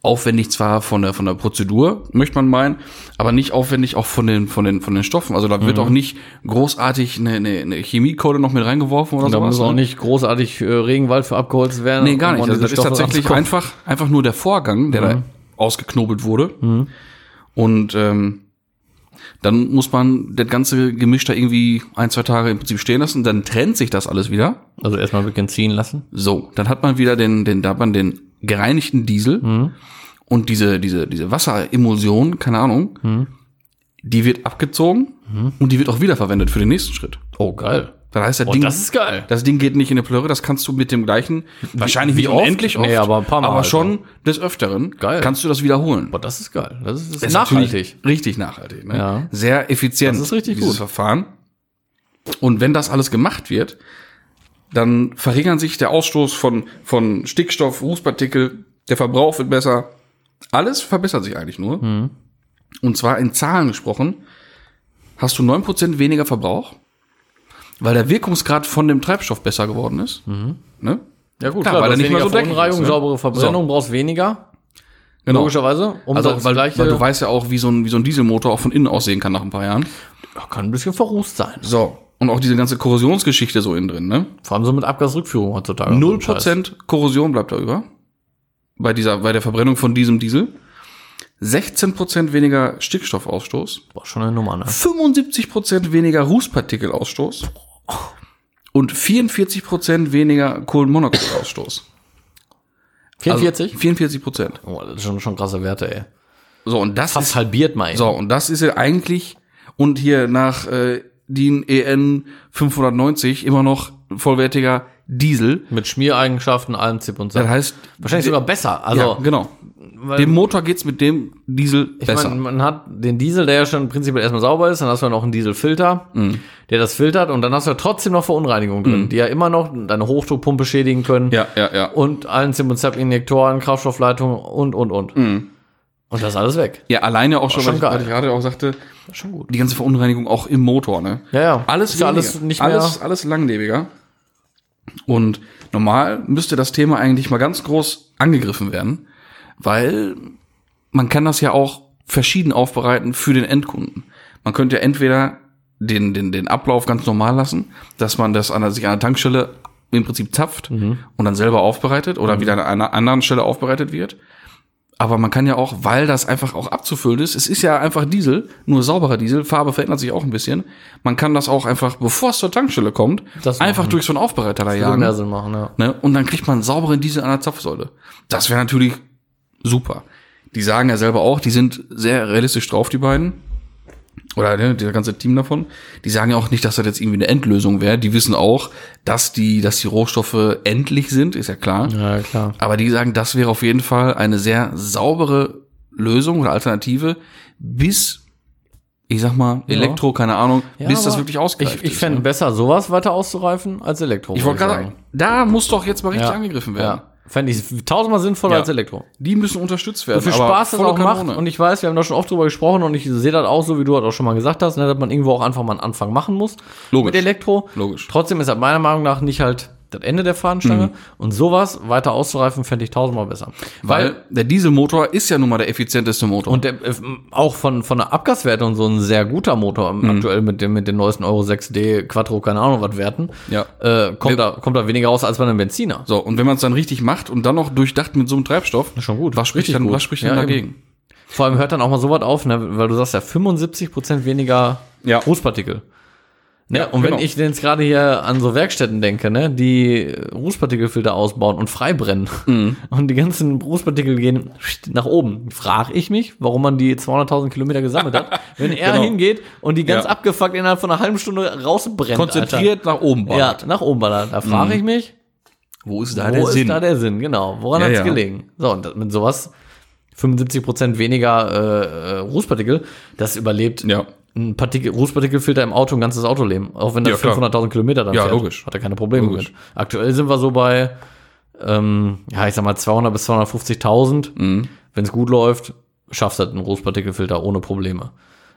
S3: aufwendig zwar von der von der Prozedur möchte man meinen, aber nicht aufwendig auch von den von den von den Stoffen. Also da
S2: Mhm.
S3: wird auch nicht großartig eine, eine, eine Chemiekeule noch mit reingeworfen oder
S2: Da
S3: sowas.
S2: muss auch
S3: ne?
S2: nicht großartig äh, Regenwald für abgeholzt werden.
S3: Nee, gar
S2: um
S3: nicht.
S2: an
S3: Also das
S2: diese
S3: ist
S2: Stoffe
S3: tatsächlich
S2: ranzukommen.
S3: einfach, einfach nur der Vorgang, der da ausgeknobelt wurde. Und ähm, dann muss man das ganze Gemisch da irgendwie ein, zwei Tage im Prinzip stehen lassen. Dann trennt sich das alles wieder.
S2: Also erstmal wirklich ziehen lassen.
S3: So, dann hat man wieder den, den, da hat man den gereinigten Diesel und diese, diese, diese Wasserimulsion, keine Ahnung, die wird abgezogen und die wird auch wiederverwendet für den nächsten Schritt.
S2: Oh, geil.
S3: Das heißt, das,
S2: Oh,
S3: Ding,
S2: das ist geil.
S3: das Ding geht nicht in eine Plöre, das kannst du mit dem gleichen, wahrscheinlich
S2: wie
S3: nicht
S2: oft?
S3: unendlich oft,
S2: Nee, aber ein paar Mal
S3: aber
S2: halt,
S3: schon des Öfteren
S2: Geil.
S3: kannst du das wiederholen.
S2: Boah, das ist geil. Das ist, das
S3: Das
S2: ist
S3: ist
S2: nachhaltig.
S3: natürlich Richtig nachhaltig. Ne?
S2: Ja.
S3: Sehr effizient.
S2: Das ist richtig
S3: dieses
S2: gut.
S3: Verfahren. Und wenn das alles gemacht wird, dann verringern sich der Ausstoß von, von Stickstoff, Rußpartikel, der Verbrauch wird besser. Alles verbessert sich eigentlich nur.
S2: Mhm.
S3: Und zwar in Zahlen gesprochen, hast du 9% weniger Verbrauch, weil der Wirkungsgrad von dem Treibstoff besser geworden ist.
S2: Mhm.
S3: Ne?
S2: Ja gut,
S3: Klar,
S2: klar,
S3: weil
S2: weil
S3: er nicht mehr
S2: weniger
S3: so dreckig
S2: Verunreinigung,
S3: ist, ne?
S2: saubere Verbrennung, brauchst weniger, logischerweise. Um
S3: Also,
S2: das
S3: weil,
S2: gleiche-
S3: weil du weißt ja auch, wie so, ein, wie so ein Dieselmotor auch von innen aussehen kann nach ein paar Jahren.
S2: Ja, kann ein bisschen verrußt sein.
S3: So. Und auch diese ganze Korrosionsgeschichte so innen drin, ne?
S2: Vor allem so mit Abgasrückführung heutzutage. Also,
S3: Null Prozent Korrosion bleibt da über. Bei dieser, bei der Verbrennung von diesem Diesel. 16 Prozent weniger Stickstoffausstoß.
S2: Boah, schon eine Nummer, ne?
S3: Also- 75 Prozent weniger Rußpartikelausstoß. Und 44 Prozent weniger Kohlenmonoxidausstoß.
S2: 44?
S3: 44 Prozent.
S2: oh, das sind schon, schon krasse Werte, ey.
S3: So, und das
S2: Fast halbiert mal. eben.
S3: So, und das ist ja eigentlich, und hier nach äh, DIN EN 590 immer noch vollwertiger Diesel.
S2: Mit Schmiereigenschaften, allem Zip und
S3: Das
S2: Zap.
S3: heißt,
S2: Wahrscheinlich sogar besser. Also,
S3: halt- ja, genau.
S2: weil-
S3: Dem Motor geht's mit dem Diesel
S2: Ich
S3: besser.
S2: meine, man hat den Diesel, der ja schon prinzipiell erstmal sauber ist, dann hast du ja noch einen Dieselfilter,
S3: Mhm.
S2: der das filtert und dann hast du ja trotzdem noch Verunreinigungen drin, die ja immer noch deine Hochdruckpumpe schädigen können
S3: ja, ja, ja.
S2: und allen Zim und Zap Injektoren, Kraftstoffleitungen und und und.
S3: Mhm.
S2: Und das ist alles weg.
S3: ja, alleine auch schon,
S2: schon
S3: was, ich, was
S2: geil.
S3: ich gerade auch sagte,
S2: Schon gut.
S3: die ganze Verunreinigung auch im Motor, ne?
S2: Ja, ja.
S3: Alles
S2: ist ja alles
S3: weniger.
S2: nicht mehr.
S3: Alles, alles langlebiger. Und normal müsste das Thema eigentlich mal ganz groß angegriffen werden, weil man kann das ja auch verschieden aufbereiten für den Endkunden. Man könnte ja entweder den, den, den Ablauf ganz normal lassen, dass man das an der, sich an der Tankstelle im Prinzip zapft
S2: Mhm.
S3: und dann selber aufbereitet oder wieder an einer anderen Stelle aufbereitet wird. Aber man kann ja auch, weil das einfach auch abzufüllen ist, es ist ja einfach Diesel, nur sauberer Diesel, Farbe verändert sich auch ein bisschen. Man kann das auch einfach, bevor es zur Tankstelle kommt,
S2: Das
S3: einfach
S2: machen.
S3: durch so einen Aufbereiter da
S2: Würde mehr
S3: jagen.
S2: Sinn machen, ja.
S3: Ne? Und dann kriegt man sauberen Diesel an der Zapfsäule. Das wäre natürlich super. Die sagen ja selber auch, die sind sehr realistisch drauf, die beiden. Oder ne, das ganze Team davon. Die sagen ja auch nicht, dass das jetzt irgendwie eine Endlösung wäre. Die wissen auch, dass die, dass die Rohstoffe endlich sind, ist ja klar.
S2: Ja, klar.
S3: Aber die sagen, das wäre auf jeden Fall eine sehr saubere Lösung oder Alternative, bis, ich sag mal, Elektro, keine Ahnung, bis das wirklich ausgereift
S2: Ich, ich
S3: ist.
S2: fände
S3: ne?
S2: besser, sowas weiter auszureifen als Elektro.
S3: ich wollte
S2: würd
S3: gerade sagen, da muss doch jetzt mal richtig angegriffen werden.
S2: Ja. Fände ich tausendmal sinnvoller
S3: Ja.
S2: als Elektro.
S3: Die müssen unterstützt werden.
S2: Für
S3: Äh, aber
S2: Spaß das
S3: volle
S2: auch
S3: Kanone.
S2: macht. Und ich weiß, wir haben da schon oft drüber gesprochen und ich sehe das auch so, wie du das auch schon mal gesagt hast, ne, dass man irgendwo auch einfach mal einen Anfang machen muss.
S3: Logisch.
S2: Mit Elektro.
S3: Logisch. Mhm.
S2: Trotzdem ist das meiner Meinung nach nicht halt das Ende der Fahnenstange. Und sowas weiter auszureifen, fände ich tausendmal besser.
S3: Weil der Dieselmotor ist ja nun mal der effizienteste Motor.
S2: Und der, äh, auch von, von der Abgaswerte und so ein sehr guter Motor
S3: Mhm.
S2: aktuell mit dem, mit den neuesten Euro 6D Quattro, keine Ahnung was Werten,
S3: Ja.
S2: äh, kommt, da, kommt da weniger raus als bei einem Benziner.
S3: so, und wenn man es dann richtig macht und dann noch durchdacht mit so einem Treibstoff,
S2: schon gut.
S3: was spricht
S2: Richtig
S3: dann,
S2: gut.
S3: was spricht dann
S2: Ja, eben.
S3: dagegen?
S2: Vor allem hört dann auch mal sowas auf, ne, weil du sagst ja 75% weniger
S3: Ja.
S2: Rußpartikel. Ne?
S3: Ja,
S2: und
S3: genau.
S2: wenn ich jetzt gerade hier an so Werkstätten denke, ne, die Rußpartikelfilter ausbauen und freibrennen
S3: Mhm.
S2: und die ganzen Rußpartikel gehen nach oben, frage ich mich, warum man die 200.000 Kilometer gesammelt hat, wenn er
S3: Genau.
S2: hingeht und die ganz
S3: Ja.
S2: abgefuckt innerhalb von einer halben Stunde rausbrennt.
S3: Konzentriert Mhm. nach oben
S2: Alter.
S3: ballert.
S2: Ja, nach oben ballert. Da frage ich mich,
S3: Wo ist da
S2: wo
S3: Ah, der
S2: ist
S3: Sinn?
S2: da der Sinn? Genau. Woran
S3: Ja,
S2: hat's
S3: ja.
S2: gelegen? So, und das- mit sowas 75% weniger äh, äh, Rußpartikel, das überlebt
S3: ja.
S2: ein Partikel, Rußpartikelfilter im Auto ein ganzes Autoleben. Auch wenn der
S3: Ja, klar.
S2: 500.000 Kilometer dann
S3: Ja, logisch.
S2: Hat er keine Probleme
S3: Logisch.
S2: mit. Aktuell sind wir so bei, ähm, ja, ich sag mal 200 bis 250.000.
S3: Mhm.
S2: Wenn es gut läuft, schaffst du halt einen Rußpartikelfilter ohne Probleme.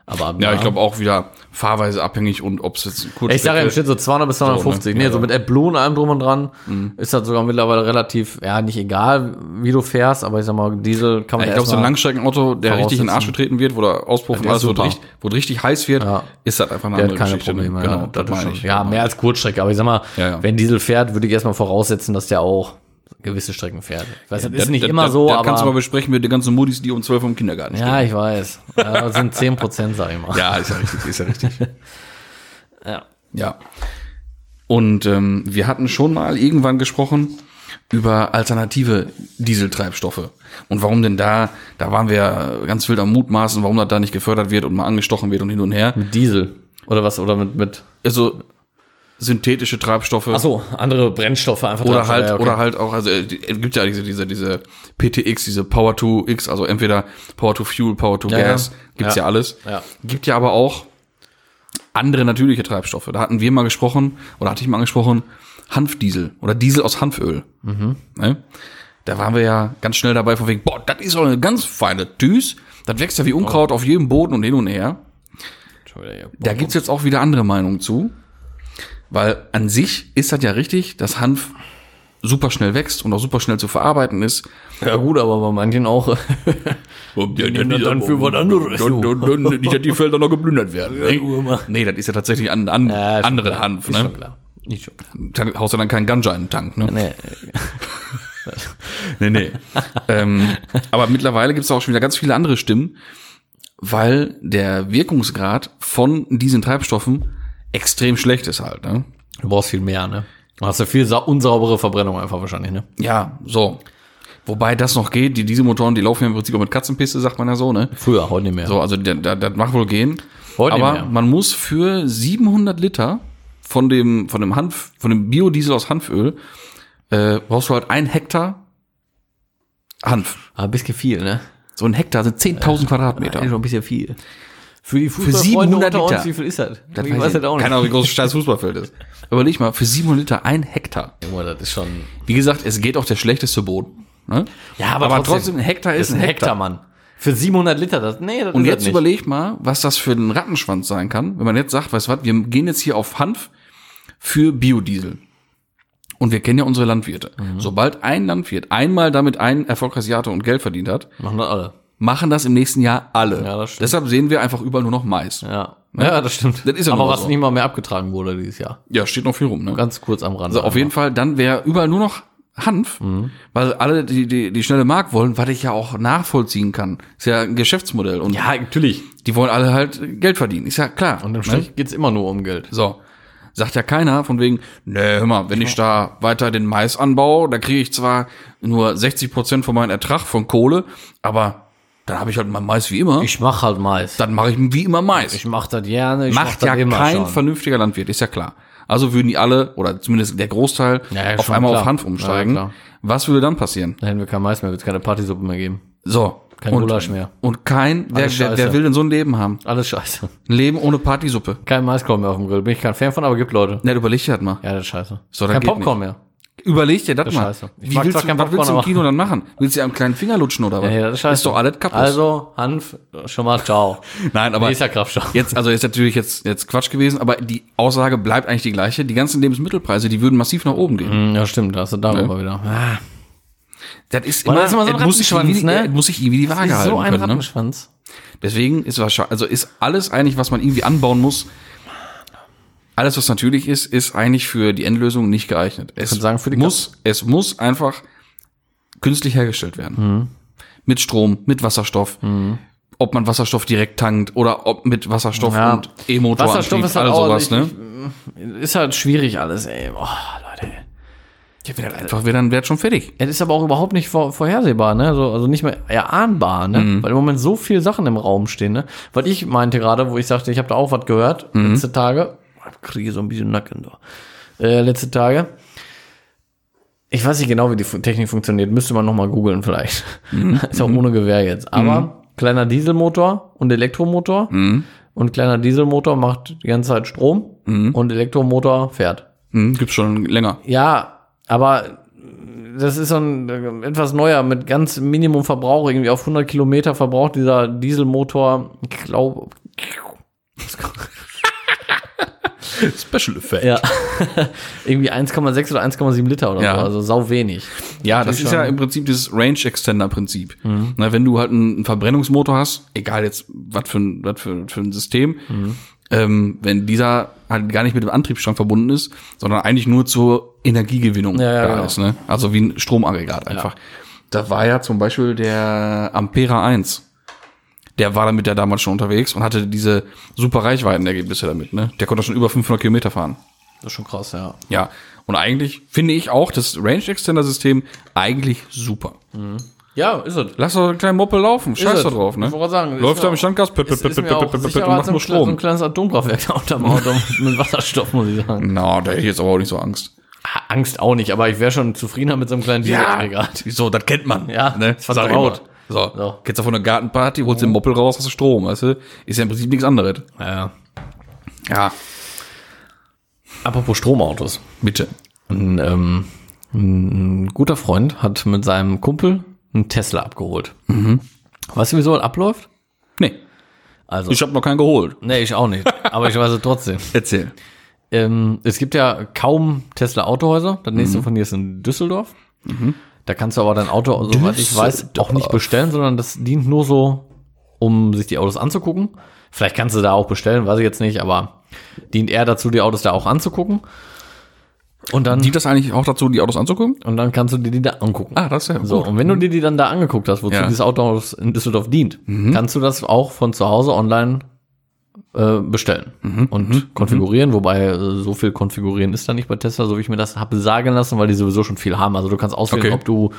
S2: Aber
S3: Ja, ich glaube auch wieder fahrweise abhängig und ob es jetzt kurz
S2: ich sage ja im Schnitt so 200 bis 250.
S3: Also So,
S2: ne?
S3: ne? Mhm.
S2: Nee, so mit AdBlue und allem drum und dran ist das sogar mittlerweile relativ, ja, nicht egal, wie du fährst, aber ich sag mal, Diesel kann man
S3: ich glaube, so ein Langstreckenauto, der richtig in den Arsch getreten wird, wo der Auspuff und
S2: der
S3: alles,
S2: ist
S3: wo
S2: super.
S3: richtig, wo richtig heiß wird,
S2: Ja.
S3: ist das einfach eine
S2: der hat
S3: andere
S2: keine
S3: Geschichte.
S2: Probleme.
S3: genau,
S2: ja,
S3: das,
S2: das
S3: meine
S2: schon.
S3: ich.
S2: ja, mehr als Kurzstrecke, aber ich sag mal,
S3: Ja, ja.
S2: wenn Diesel fährt, würde ich erstmal voraussetzen, dass der auch gewisse Strecken fährt. Ich weiß, das ist nicht immer so,
S3: das, das
S2: aber.
S3: kannst du mal besprechen mit den ganzen Moody's, die um 12 Uhr im Kindergarten stehen.
S2: ja, ich weiß. Ja, Das sind 10%, sag ich mal.
S3: Ja, ist ja richtig, ist ja richtig.
S2: Ja.
S3: Ja. Und ähm, wir hatten schon mal irgendwann gesprochen über alternative Dieseltreibstoffe. Und warum denn da, da waren wir ganz wild am Mutmaßen, warum das da nicht gefördert wird und mal angestochen wird und hin und her.
S2: Mit Diesel. Oder was? Oder mit. mit
S3: Also synthetische Treibstoffe
S2: Achso, andere Brennstoffe einfach
S3: oder
S2: drauf.
S3: halt
S2: Ja, okay.
S3: oder halt auch also äh, die- es gibt ja diese diese diese PTX diese Power to X also entweder Power to Fuel Power to
S2: ja.
S3: Gas gibt's ja,
S2: Ja.
S3: alles
S2: Ja.
S3: gibt ja aber auch andere natürliche Treibstoffe da hatten wir mal gesprochen oder hatte ich mal angesprochen Hanfdiesel oder Diesel aus Hanföl
S2: Mhm.
S3: ne? da waren wir ja ganz schnell dabei von wegen boah das ist doch eine ganz feine Tüs das wächst ja wie
S2: Oh.
S3: Unkraut auf jedem Boden und hin und her
S2: Schon wieder hier.
S3: da gibt's jetzt auch wieder andere Meinungen zu. Weil an sich ist das ja richtig, dass Hanf super schnell wächst und auch super schnell zu verarbeiten ist.
S2: Ja, gut, aber bei manchen auch.
S3: Die
S2: nehmen das dann
S3: um
S2: für was anderes.
S3: Nicht, dass die Felder noch geplündert werden.
S2: Uhrmann.
S3: Ne? Nee, das ist ja tatsächlich an, an
S2: Ja, Äh, ist schon
S3: anderen
S2: klar.
S3: Hanf.
S2: Ist
S3: Ne?
S2: schon klar. Nicht schon klar.
S3: Dann haust du dann keinen Ganja in den Tank. Ne?
S2: Nee.
S3: Nee, nee. ähm, aber mittlerweile gibt's auch schon wieder ganz viele andere Stimmen, weil der Wirkungsgrad von diesen Treibstoffen extrem schlecht ist halt. Ne?
S2: Du brauchst viel mehr, ne? Du hast ja viel sa unsaubere Verbrennung einfach wahrscheinlich, ne?
S3: Ja, so. Wobei das noch geht, die Dieselmotoren, die laufen ja im Prinzip auch mit Katzenpiste, sagt man ja so, ne?
S2: Früher, heute nicht mehr.
S3: So, also da- da- das mag wohl gehen.
S2: Heute nicht
S3: aber
S2: mehr.
S3: man muss für 700 Liter von dem, von dem Hanf, von dem Biodiesel aus Hanföl, äh, brauchst du halt ein Hektar Hanf.
S2: Aber ein bisschen viel, ne?
S3: So ein Hektar sind 10.000 Quadratmeter.
S2: Ist schon ein bisschen viel. Für die Fußballfreunde
S3: 700
S2: unter
S3: Liter.
S2: Uns, wie viel ist das?
S3: Das weiß ich- Keine Ahnung, wie groß das scheiß Fußballfeld ist. Überleg mal, für 700 Liter ein Hektar.
S2: Junge, das ist schon...
S3: Wie gesagt, es geht auch der schlechteste Boden. Ne?
S2: Ja, aber trotzdem,
S3: ein Hektar
S2: Das ist ein Hektar, Mann. Für 700 Liter, das... Nee, das
S3: Und
S2: ist
S3: jetzt
S2: das nicht.
S3: überleg mal, was das für ein Rattenschwanz sein kann, wenn man jetzt sagt, weißt du was, wir gehen jetzt hier auf Hanf für Biodiesel. Und wir kennen ja unsere Landwirte.
S2: Mhm.
S3: Sobald ein Landwirt einmal damit ein erfolgreiches Jahr hatte und Geld verdient hat,
S2: Machen das alle.
S3: machen das im nächsten Jahr alle.
S2: Ja, das stimmt.
S3: Deshalb sehen wir einfach überall nur noch Mais.
S2: Ja. Ja, Ne? das stimmt.
S3: Das ist ja
S2: aber
S3: nun mal
S2: was
S3: so.
S2: nicht mal mehr abgetragen wurde dieses Jahr.
S3: Ja, steht noch viel rum. Ne?
S2: Ganz genau. kurz am Rand.
S3: Also auf jeden Fall, dann wäre überall nur noch Hanf,
S2: Mhm.
S3: weil alle die, die, die schnelle Mark wollen, was ich ja auch nachvollziehen kann. Ist ja ein Geschäftsmodell. Und
S2: Ja, natürlich.
S3: die wollen alle halt Geld verdienen. Ist ja klar.
S2: Und im
S3: ne?
S2: Strich geht's immer nur um Geld.
S3: So. Sagt ja keiner von wegen, nee, hör mal, wenn ich da weiter den Mais anbaue, da kriege ich zwar nur 60 Prozent von meinem Ertrag von Kohle, aber dann habe ich halt mein Mais wie immer.
S2: Ich mach halt Mais.
S3: dann mache ich wie immer Mais.
S2: Ich mach das gerne. Ich mach
S3: Macht
S2: das
S3: ja
S2: immer
S3: kein
S2: schon.
S3: vernünftiger Landwirt, ist ja klar. Also würden die alle, oder zumindest der Großteil,
S2: Ja, ja,
S3: auf
S2: schon
S3: einmal auf
S2: klar.
S3: Hanf umsteigen.
S2: Ja, ja, klar.
S3: Was würde dann passieren?
S2: Da hätten wir kein Mais mehr, wird's keine Partysuppe mehr geben.
S3: So.
S2: Kein
S3: und,
S2: Gulasch mehr.
S3: Und kein, wer,
S2: Alles
S3: wer, wer
S2: scheiße.
S3: will denn so ein Leben haben?
S2: Alles scheiße.
S3: Ein Leben ohne Partysuppe.
S2: Kein Maiskorn mehr auf dem Grill. Bin ich kein Fan von, aber gibt Leute.
S3: Na, überleg dir das mal.
S2: Ja, das ist scheiße.
S3: So, das
S2: kein
S3: geht
S2: Popcorn mehr.
S3: Überleg dir das
S2: ist
S3: mal.
S2: scheiße. Ich
S3: Wie
S2: mag
S3: willst
S2: zwar
S3: du,
S2: kein
S3: was willst du im
S2: Popcorn,
S3: Kino dann machen? Willst du dir am kleinen Finger lutschen oder was?
S2: Ja, das ist scheiße.
S3: doch alles kaputt.
S2: Also, Hanf, schon mal ciao.
S3: Nein, aber
S2: Nächster Kraftstoff.
S3: jetzt, also ist natürlich jetzt, jetzt Quatsch gewesen, aber die Aussage bleibt eigentlich die gleiche. Die ganzen Lebensmittelpreise, die würden massiv nach oben gehen.
S2: Hm, Ja, stimmt, da hast du
S3: Ne?
S2: darüber wieder. Ah,
S3: Das ist
S2: Weil das ist immer so ein
S3: es muss sich
S2: Rattenschwanz,
S3: irgendwie,
S2: ne?
S3: es muss sich irgendwie die Waage
S2: ist
S3: halten
S2: so ein
S3: können. Ne?
S2: Rattenschwanz.
S3: Deswegen ist wahrscheinlich, also ist alles eigentlich, was man irgendwie anbauen muss, alles, was natürlich ist, ist eigentlich für die Endlösung nicht geeignet. Es,
S2: würde sagen, für die
S3: muss, es muss einfach künstlich hergestellt werden.
S2: Mhm.
S3: Mit Strom, mit Wasserstoff. Ob man Wasserstoff direkt tankt oder ob mit Wasserstoff
S2: Ja.
S3: und E-Motor
S2: Wasserstoff
S3: antrieb,
S2: ist halt
S3: all
S2: auch,
S3: sowas,
S2: also
S3: ne?
S2: ich- Ist halt schwierig alles, ey. Oh, Leute, Äh, ey.
S3: Ja, wenn das einfach wäre, dann wäre schon fertig.
S2: Es ist aber auch überhaupt nicht vor, vorhersehbar, ne? Also, also nicht mehr erahnbar, ne? Weil im Moment so viele Sachen im Raum stehen, ne? Was ich meinte gerade, wo ich sagte, ich habe da auch was gehört letzte Tage. Ich kriege so ein bisschen Nacken da. Äh, letzte Tage. Ich weiß nicht genau, wie die Fu- Technik funktioniert. Müsste man nochmal googeln vielleicht. ist auch ohne Gewehr jetzt. Aber kleiner Dieselmotor und Elektromotor. Und kleiner Dieselmotor macht die ganze Zeit Strom und Elektromotor fährt.
S3: Hm, gibt's schon länger.
S2: Ja, aber das ist so ein äh, etwas neuer mit ganz Minimum Verbrauch irgendwie auf 100 Kilometer verbraucht dieser Dieselmotor, ich glaube,
S3: Special Effect.
S2: ja, irgendwie 1,6 oder 1,7 Liter oder
S3: Ja.
S2: so, also sau wenig.
S3: Ja, das ist ja im Prinzip dieses Range Extender Prinzip.
S2: Mhm.
S3: Na, wenn du halt einen einen Verbrennungsmotor hast, egal jetzt was für ein, was für, für ein System,
S2: Mhm.
S3: ähm, wenn dieser halt gar nicht mit dem Antriebsstrang verbunden ist, sondern eigentlich nur zur Energiegewinnung
S2: Ja, ja,
S3: da
S2: genau.
S3: ist, ne? Also wie ein Stromaggregat einfach. Da war ja zum Beispiel der Ampera 1. Der war damit ja damals schon unterwegs und hatte diese super Reichweitenergebnisse damit, ne? Der konnte schon über 500 Kilometer fahren.
S2: Das ist schon krass, ja.
S3: Ja, und eigentlich finde ich auch das Range Extender System eigentlich super.
S2: Ja, ist es.
S3: Lass doch einen kleinen Moppel laufen, scheiß
S2: es.
S3: da drauf, ne?
S2: Ich wollte gerade sagen,
S3: Läuft
S2: ist
S3: da
S2: mir
S3: im
S2: auch-
S3: Standgas, pip, pip,
S2: Es
S3: pip,
S2: ist
S3: pip,
S2: mir auch
S3: pip, pip, pip,
S2: sicherer
S3: und
S2: als
S3: macht
S2: so ein,
S3: nur
S2: Strom. so ein
S3: Strom.
S2: kleines Atomkraftwerk da unterm Auto mit Wasserstoff, muss ich sagen.
S3: Na, da hätte ich jetzt aber auch nicht so Angst.
S2: Ah, Angst auch nicht, aber ich wäre schon zufriedener mit so einem kleinen Dieselaggregat.
S3: wieso, das kennt man.
S2: Ja,
S3: ne?
S2: ist
S3: Sag ich
S2: vertraut.
S3: mal. So,
S2: So.
S3: kennst du von einer Gartenparty, holst den Moppel raus, hast du Strom, weißt du? Ist ja im Prinzip nichts anderes.
S2: Ja. ja.
S3: Ja,
S2: Apropos Stromautos.
S3: bitte.
S2: Ein, ähm, ein guter Freund hat mit seinem Kumpel einen Tesla abgeholt. Weißt du, wieso das abläuft?
S3: Nee,
S2: Also,
S3: ich habe noch keinen geholt.
S2: nee, ich auch nicht. aber ich weiß es trotzdem.
S3: Erzähl.
S2: Ähm, es gibt ja kaum Tesla-Autohäuser. Das nächste von hier ist in Düsseldorf. Da kannst du aber dein Auto, soweit ich weiß, auch nicht bestellen, sondern das dient nur so, um sich die Autos anzugucken. Vielleicht kannst du da auch bestellen, weiß ich jetzt nicht, aber dient eher dazu, die Autos da auch anzugucken. Und dann,
S3: Dient das eigentlich auch dazu, die Autos anzugucken?
S2: und dann kannst du dir die da angucken.
S3: Ah, das ist ja
S2: So,
S3: gut.
S2: und wenn du dir die dann da angeguckt hast, wozu
S3: Ja. Mhm.
S2: dieses Autohaus in Düsseldorf dient, kannst du das auch von zu Hause online äh, bestellen und konfigurieren, wobei äh, so viel konfigurieren ist da nicht bei Tesla, so wie ich mir das habe sagen lassen, weil die sowieso schon viel haben. Also du kannst auswählen,
S3: Okay.
S2: ob du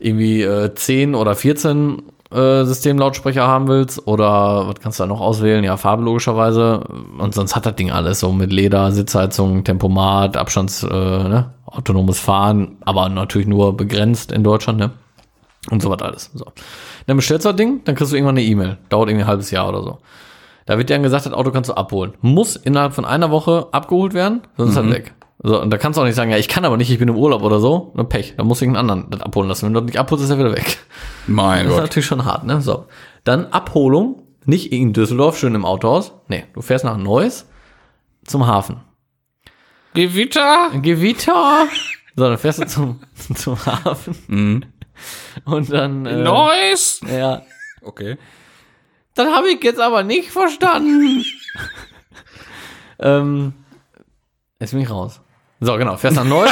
S2: irgendwie äh, 10 oder 14 äh, Systemlautsprecher haben willst oder was kannst du da noch auswählen? Ja, Farbe logischerweise. Und sonst hat das Ding alles so mit Leder, Sitzheizung, Tempomat, Abstands, äh, ne? autonomes Fahren, aber natürlich nur begrenzt in Deutschland, ne? Und so was alles. So. Dann bestellst du das Ding, dann kriegst du irgendwann eine E-Mail. Dauert irgendwie ein halbes Jahr oder so. Da wird dir dann gesagt, das Auto kannst du abholen. Muss innerhalb von einer Woche abgeholt werden, sonst ist halt weg. So, und da kannst du auch nicht sagen, ja, ich kann aber nicht, ich bin im Urlaub oder so. Na, Pech, da muss ich einen anderen das abholen lassen. Wenn du das nicht abholst, ist er wieder weg.
S3: Mein
S2: Das ist
S3: Gott.
S2: natürlich schon hart, ne? So. Dann Abholung, nicht in Düsseldorf, schön im Autohaus. Nee, du fährst nach Neuss zum Hafen.
S3: Gewitter?
S2: Gewitter! So, dann fährst du zum, zum Hafen. Und dann. Äh,
S3: Neues?
S2: Ja.
S3: Okay.
S2: Das habe ich jetzt aber nicht verstanden. ähm, jetzt bin ich raus. So, genau, fährst nach Neuss.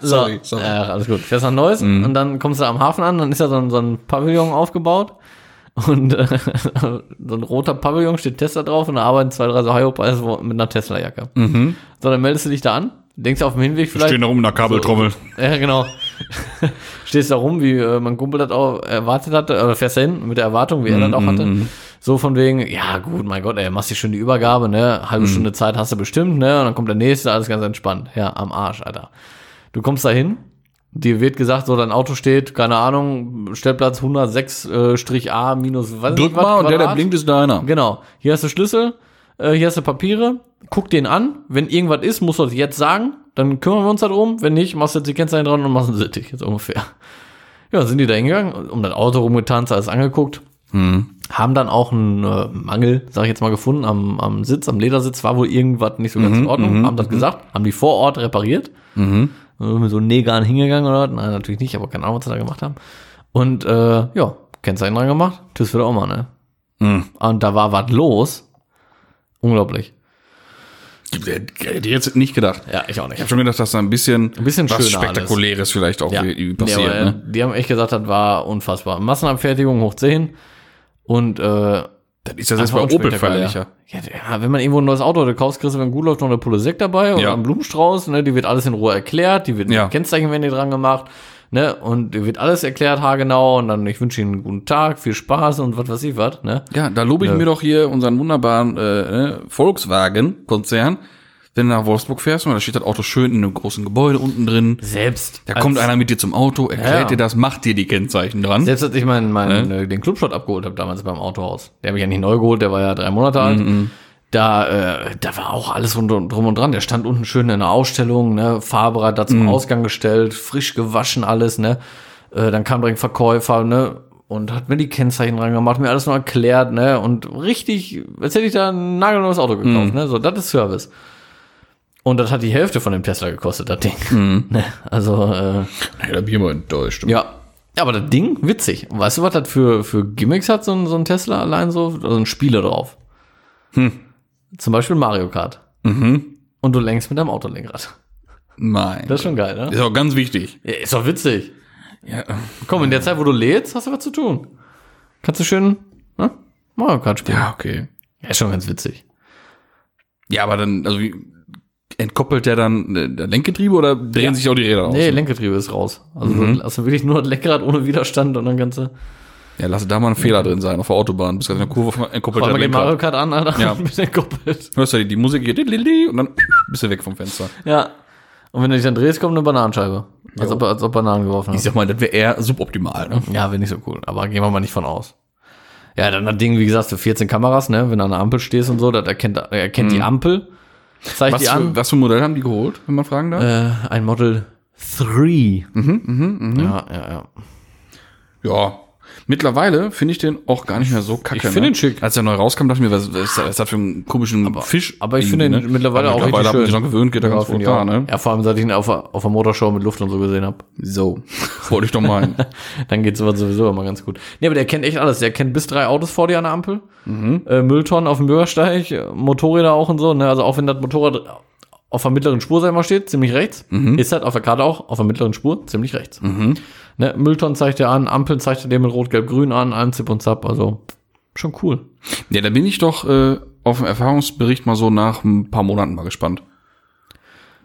S3: Sorry, sorry. Mhm.
S2: Äh, alles gut. Fährst nach Neuss und dann kommst du am Hafen an, dann ist ja so ein, so ein Pavillon aufgebaut. Und äh, so ein roter Pavillon steht Tesla drauf und da arbeiten zwei, drei so Hyopies mit einer Tesla-Jacke.
S3: Mhm.
S2: So, dann meldest du dich da an, denkst auf dem Hinweg vielleicht.
S1: Stehen da rum in der Kabeltrommel.
S2: Ja, genau. Stehst da rum, wie äh, mein Kumpel das auch erwartet hatte, oder fährst da hin mit der Erwartung, wie er das auch
S3: Mhm,
S2: hatte. So von wegen, ja gut, mein Gott, ey, machst dir schon die Übergabe, ne?
S3: Mhm.
S2: Halbe Stunde Zeit hast du bestimmt, ne? Und dann kommt der nächste, alles ganz entspannt. Ja, am Arsch, Alter. Du kommst da hin, dir wird gesagt, so dein Auto steht, keine Ahnung, Stellplatz 106-A minus weiß
S3: Drück
S2: nicht was
S3: mal und der, der
S2: Quadrat.
S3: blinkt, ist deiner.
S2: Genau. Hier hast du Schlüssel, äh, hier hast du Papiere, guck den an. Wenn irgendwas ist, musst du das jetzt sagen. dann kümmern wir uns darum. Wenn nicht, machst du jetzt die Kennzeichen dran und machst einen Sittich, jetzt ungefähr. Ja, sind die da hingegangen, um das Auto rumgetanzt, alles angeguckt. Haben dann auch einen äh, Mangel, sag ich jetzt mal, gefunden am, am Sitz, am Ledersitz, war wohl irgendwas nicht so ganz in Ordnung, haben das gesagt, haben die vor Ort repariert. Dann sind wir so Negan hingegangen oder was? Nein, natürlich nicht, aber keine Ahnung, was sie da gemacht haben. Und äh, ja, Kennzeichen dran gemacht, tschüss für die Oma, ne? Und da war was los. Unglaublich.
S3: Hätte ich jetzt nicht gedacht.
S2: Ja, ich auch nicht.
S3: Ich habe schon gedacht, dass da ein bisschen, ein
S2: bisschen
S3: was
S2: schöner alles.
S3: Spektakuläres vielleicht auch irgendwie passiert.
S2: aber, äh,
S3: ne?
S2: Die haben echt gesagt, das war unfassbar. Massenabfertigung hoch 10 und äh,
S3: Dann ist das jetzt
S2: einfach
S3: bei Opel
S2: unspektakulär.
S3: feierlicher.
S2: Ja, ja, wenn man irgendwo ein neues Auto oder kaufst, kriegst du, wenn gut läuft, noch eine Pulle Sekt dabei und
S3: Ja.
S2: einen Blumenstrauß. Ne, die wird alles in Ruhe erklärt, die wird
S3: Ja.
S2: Kennzeichen werden dir dran gemacht. Ne, und dir wird alles erklärt, haargenau. Und dann, ich wünsche Ihnen einen guten Tag, viel Spaß und was weiß ich was. Ne?
S3: Ja, da lobe ich mir doch hier unseren wunderbaren äh, ne, Volkswagen-Konzern. Wenn du nach Wolfsburg fährst, und da steht das Auto schön in einem großen Gebäude unten drin.
S2: Selbst.
S3: Da kommt
S2: als,
S3: einer mit dir zum Auto, erklärt
S2: Ja.
S3: dir das, macht dir die Kennzeichen dran.
S2: Selbst als ich meinen, meinen, äh, den Clubshot abgeholt habe damals beim Autohaus, der habe ich ja nicht neu geholt, der war ja drei Monate alt. Da, äh, da war auch alles rund- drum und dran. Der stand unten schön in einer Ausstellung, ne? Fahrrad da zum Ausgang gestellt, frisch gewaschen alles, ne? Äh, dann kam direkt ein Verkäufer, ne? Und hat mir die Kennzeichen dran gemacht, mir alles noch erklärt, ne? Und richtig, als hätte ich da ein nagelneues Auto gekauft, ne? So, das ist Service. Und das hat die Hälfte von dem Tesla gekostet, das Ding. Ne? Also, äh,
S3: Ja, da bin ich immer enttäuscht.
S2: ja. Ja, aber das Ding, witzig. Weißt du, was das für, für Gimmicks hat, so ein, so ein Tesla allein so? Also ein Spieler drauf. Hm. Zum Beispiel Mario Kart. Mhm. Und du lenkst mit deinem Autolenkrad.
S3: Nein.
S2: Das ist schon geil, ne?
S3: ist auch ganz wichtig.
S2: Ja, ist doch witzig.
S3: Ja.
S2: Komm, in der Zeit, wo du lädst, hast du was zu tun. Kannst du schön ne? Mario Kart spielen.
S3: ja, Ah, okay.
S2: Ja, ist schon ganz witzig.
S3: Ja, aber dann, also wie, entkoppelt der dann äh, der Lenkgetriebe oder drehen sich auch die Räder aus?
S2: Nee, Lenkgetriebe ist raus. Also du hast wirklich nur das Lenkrad ohne Widerstand und dann ganze.
S3: Ja, lass da mal einen Fehler drin sein auf der Autobahn. Bis gerade in der Kurve entkoppelt
S2: Vor
S3: der
S2: allem geht Mario
S3: Lenkrad.
S2: Kart an, Alter.
S3: Ja.
S2: Mit der Kuppel.
S3: Hörst du die, die Musik geht und dann bist du weg vom Fenster.
S2: Ja. Und wenn du dich dann drehst, kommt eine Bananenscheibe. Als ob, als ob Bananen geworfen
S3: Ich
S2: hast.
S3: sag mal, das wäre eher suboptimal. Ne?
S2: Ja, wäre nicht so cool. Aber gehen wir mal nicht von aus. Ja, dann das Ding, wie gesagt, so 14 Kameras, ne? Wenn du an der Ampel stehst und so, das erkennt, er erkennt die Ampel, zeigt
S3: Mhm. Was,
S2: die
S3: für,
S2: an.
S3: was für ein Modell haben die geholt, wenn man fragen darf?
S2: Äh, ein Model 3. Mhm, mhm, mhm. Ja, ja, ja.
S3: Ja. Mittlerweile finde ich den auch gar nicht mehr so kacke.
S2: Äh. Ich finde
S3: ne?
S2: ihn schick.
S3: Als er neu rauskam, dachte ich mir, was, was, was ist das für einen komischen Fisch?
S2: Aber ich finde ihn mittlerweile
S3: Aber
S2: auch
S3: ne? mittlerweile hat
S2: richtig
S3: man
S2: schön.
S3: sich noch gewöhnt, geht er ganz
S2: finde
S3: gut
S2: ich auch.
S3: da, ne?
S2: ja, vor allem, seit ich ihn auf, der- auf der Motorshow mit Luft und so gesehen hab.
S3: So. Wollte ich doch meinen.
S2: Dann geht's aber sowieso immer ganz gut. Nee, aber der kennt echt alles. Der kennt bis drei Autos vor dir an der Ampel. Äh, Mülltonnen auf dem Bürgersteig, äh, Motorräder auch und so. Ne? Also auch wenn das Motorrad auf der mittleren Spur, sag ich mal, steht, ziemlich rechts, ist halt auf der Karte auch auf der mittleren Spur ziemlich rechts. Ne? Mülltonnen zeigt er an, Ampeln zeigt er dir mit Rot, Gelb, Grün an, allem Zip und Zap. Also schon cool.
S3: ja, da bin ich doch äh, auf den Erfahrungsbericht mal so nach ein paar Monaten mal gespannt.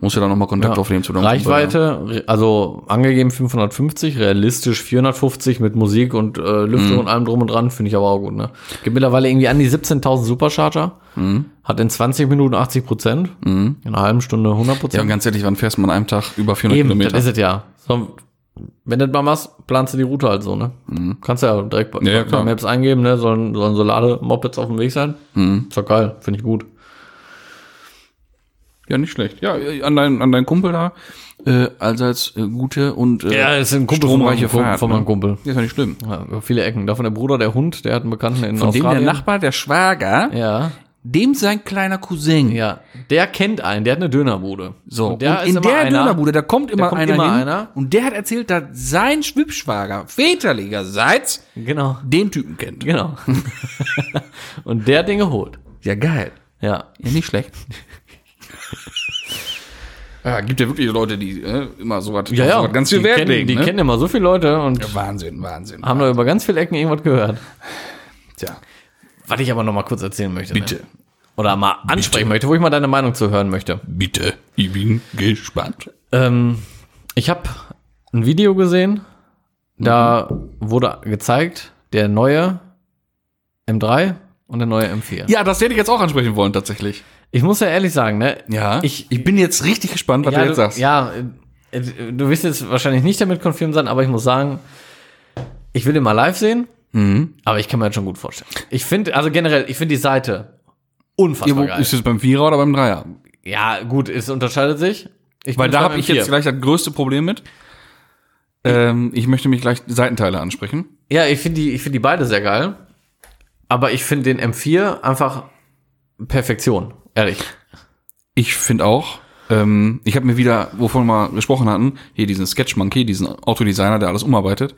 S3: Muss ja dann nochmal Kontakt aufnehmen zu dem
S2: Reichweite, re- also angegeben 550, realistisch 450 mit Musik und äh,
S3: Mhm.
S2: Lüftung und allem drum und dran, finde ich aber auch gut. Ne? Gibt mittlerweile irgendwie an die 17.000 Supercharger,
S3: Mhm.
S2: hat in 20 Minuten 80 Prozent, in einer halben Stunde 100
S3: Ja, und
S2: Prozent.
S3: ganz ehrlich, wann fährst du mal an einem Tag über 400
S2: Eben, das
S3: Kilometer?
S2: ist es ja. So, wenn du das mal machst, planst du die Route halt so, ne? Kannst ja direkt bei
S3: Mhm. Ja, ja,
S2: bei
S3: klar.
S2: Maps eingeben, ne? Sollen, sollen so Lademopeds auf dem Weg sein?
S3: Mhm.
S2: Ist doch geil, finde ich gut.
S3: ja, nicht schlecht. Ja, äh, an deinen an deinen Kumpel da, äh, allseits äh, gute und äh,
S2: Ja, ist ein Kumpel von meinem
S3: stromreiche
S2: Kumpel-
S3: Fahrt.
S2: von meinem Kumpel.
S3: Ne? Ist ja nicht schlimm.
S2: Ja, über viele Ecken. Davon der Bruder, der Hund, der hat einen Bekannten in Australien.
S3: Nachbar, der Schwager,
S2: Ja,
S3: dem sein kleiner Cousin.
S2: ja. Der kennt einen, der hat eine Dönerbude.
S3: So,
S2: und der
S3: und
S2: ist
S3: in
S2: immer
S3: der
S2: einer,
S3: Dönerbude, da kommt immer,
S2: kommt
S3: einer,
S2: immer
S3: hin,
S2: einer.
S3: und der hat erzählt, dass sein Schwippschwager väterlicherseits
S2: Genau,
S3: den Typen kennt.
S2: genau. und der hat den geholt.
S3: Ja, geil.
S2: Ja.
S3: Ja, nicht schlecht. ja, gibt ja wirklich Leute, die äh, immer so was auf so was ganz viel
S2: die
S3: Wert
S2: kennen,
S3: legen.
S2: Die
S3: ne?
S2: kennen Ah. immer so viele Leute und
S3: Wahnsinn, Wahnsinn.
S2: haben da über ganz viele Ecken irgendwas gehört.
S3: Tja,
S2: Was ich aber noch mal kurz erzählen möchte. Ne?
S3: bitte,
S2: Oder mal ansprechen möchte, wo ich mal deine Meinung zu hören möchte.
S3: bitte, ich bin gespannt.
S2: Ähm, ich habe ein Video gesehen, da wurde gezeigt, der neue M3 und der neue M4.
S3: Ja, das hätte ich jetzt auch ansprechen wollen, tatsächlich.
S2: Ich muss ja ehrlich sagen, ne?
S3: Ja,
S2: Ich-
S3: ich, ich bin jetzt richtig gespannt, was
S2: ja,
S3: du jetzt
S2: du,
S3: sagst.
S2: Ja, äh, äh, du wirst jetzt wahrscheinlich nicht damit konfirm sein, aber ich muss sagen, ich will den mal live sehen,
S3: Mhm.
S2: aber ich kann mir das schon gut vorstellen. Ich finde, also generell, ich finde die Seite
S3: Ja,
S2: unfassbar
S3: wo-
S2: geil.
S3: ist es beim Vierer oder beim Dreier?
S2: Ja, gut, es unterscheidet sich, Ich
S3: Weil
S2: bin
S3: da
S2: vor
S3: habe
S2: allem
S3: ich jetzt
S2: hier.
S3: gleich das größte Problem mit. Ähm, ich möchte mich gleich Seitenteile ansprechen.
S2: Ja, ich finde die, ich finde die beide sehr geil. Aber ich finde den M4 einfach Perfektion. Ehrlich.
S3: Ich finde auch, ähm, ich habe mir wieder, wovon wir mal gesprochen hatten, hier diesen Sketch Monkey, diesen Autodesigner, der alles umarbeitet,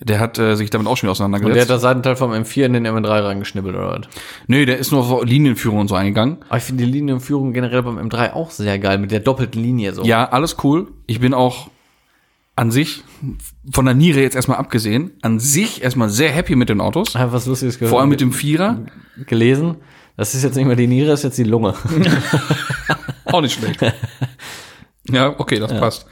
S3: der hat äh, sich damit auch schon wieder
S2: Und der hat
S3: auseinandergesetzt.
S2: das Seitenteil vom M4 in den M3 reingeschnibbelt oder was?
S3: nee, der ist nur auf so Linienführung und so eingegangen.
S2: Aber ich finde die Linienführung generell beim M3 auch sehr geil, mit der doppelten Linie so.
S3: Ja, alles cool. Ich bin auch an sich, von der Niere jetzt erstmal abgesehen, an sich erstmal sehr happy mit den Autos.
S2: Hab was Lustiges gehört.
S3: Vor allem mit dem Vierer.
S2: gelesen. Das ist jetzt nicht mehr die Niere, das ist jetzt die Lunge.
S3: Auch nicht schlecht. ja, okay, das passt.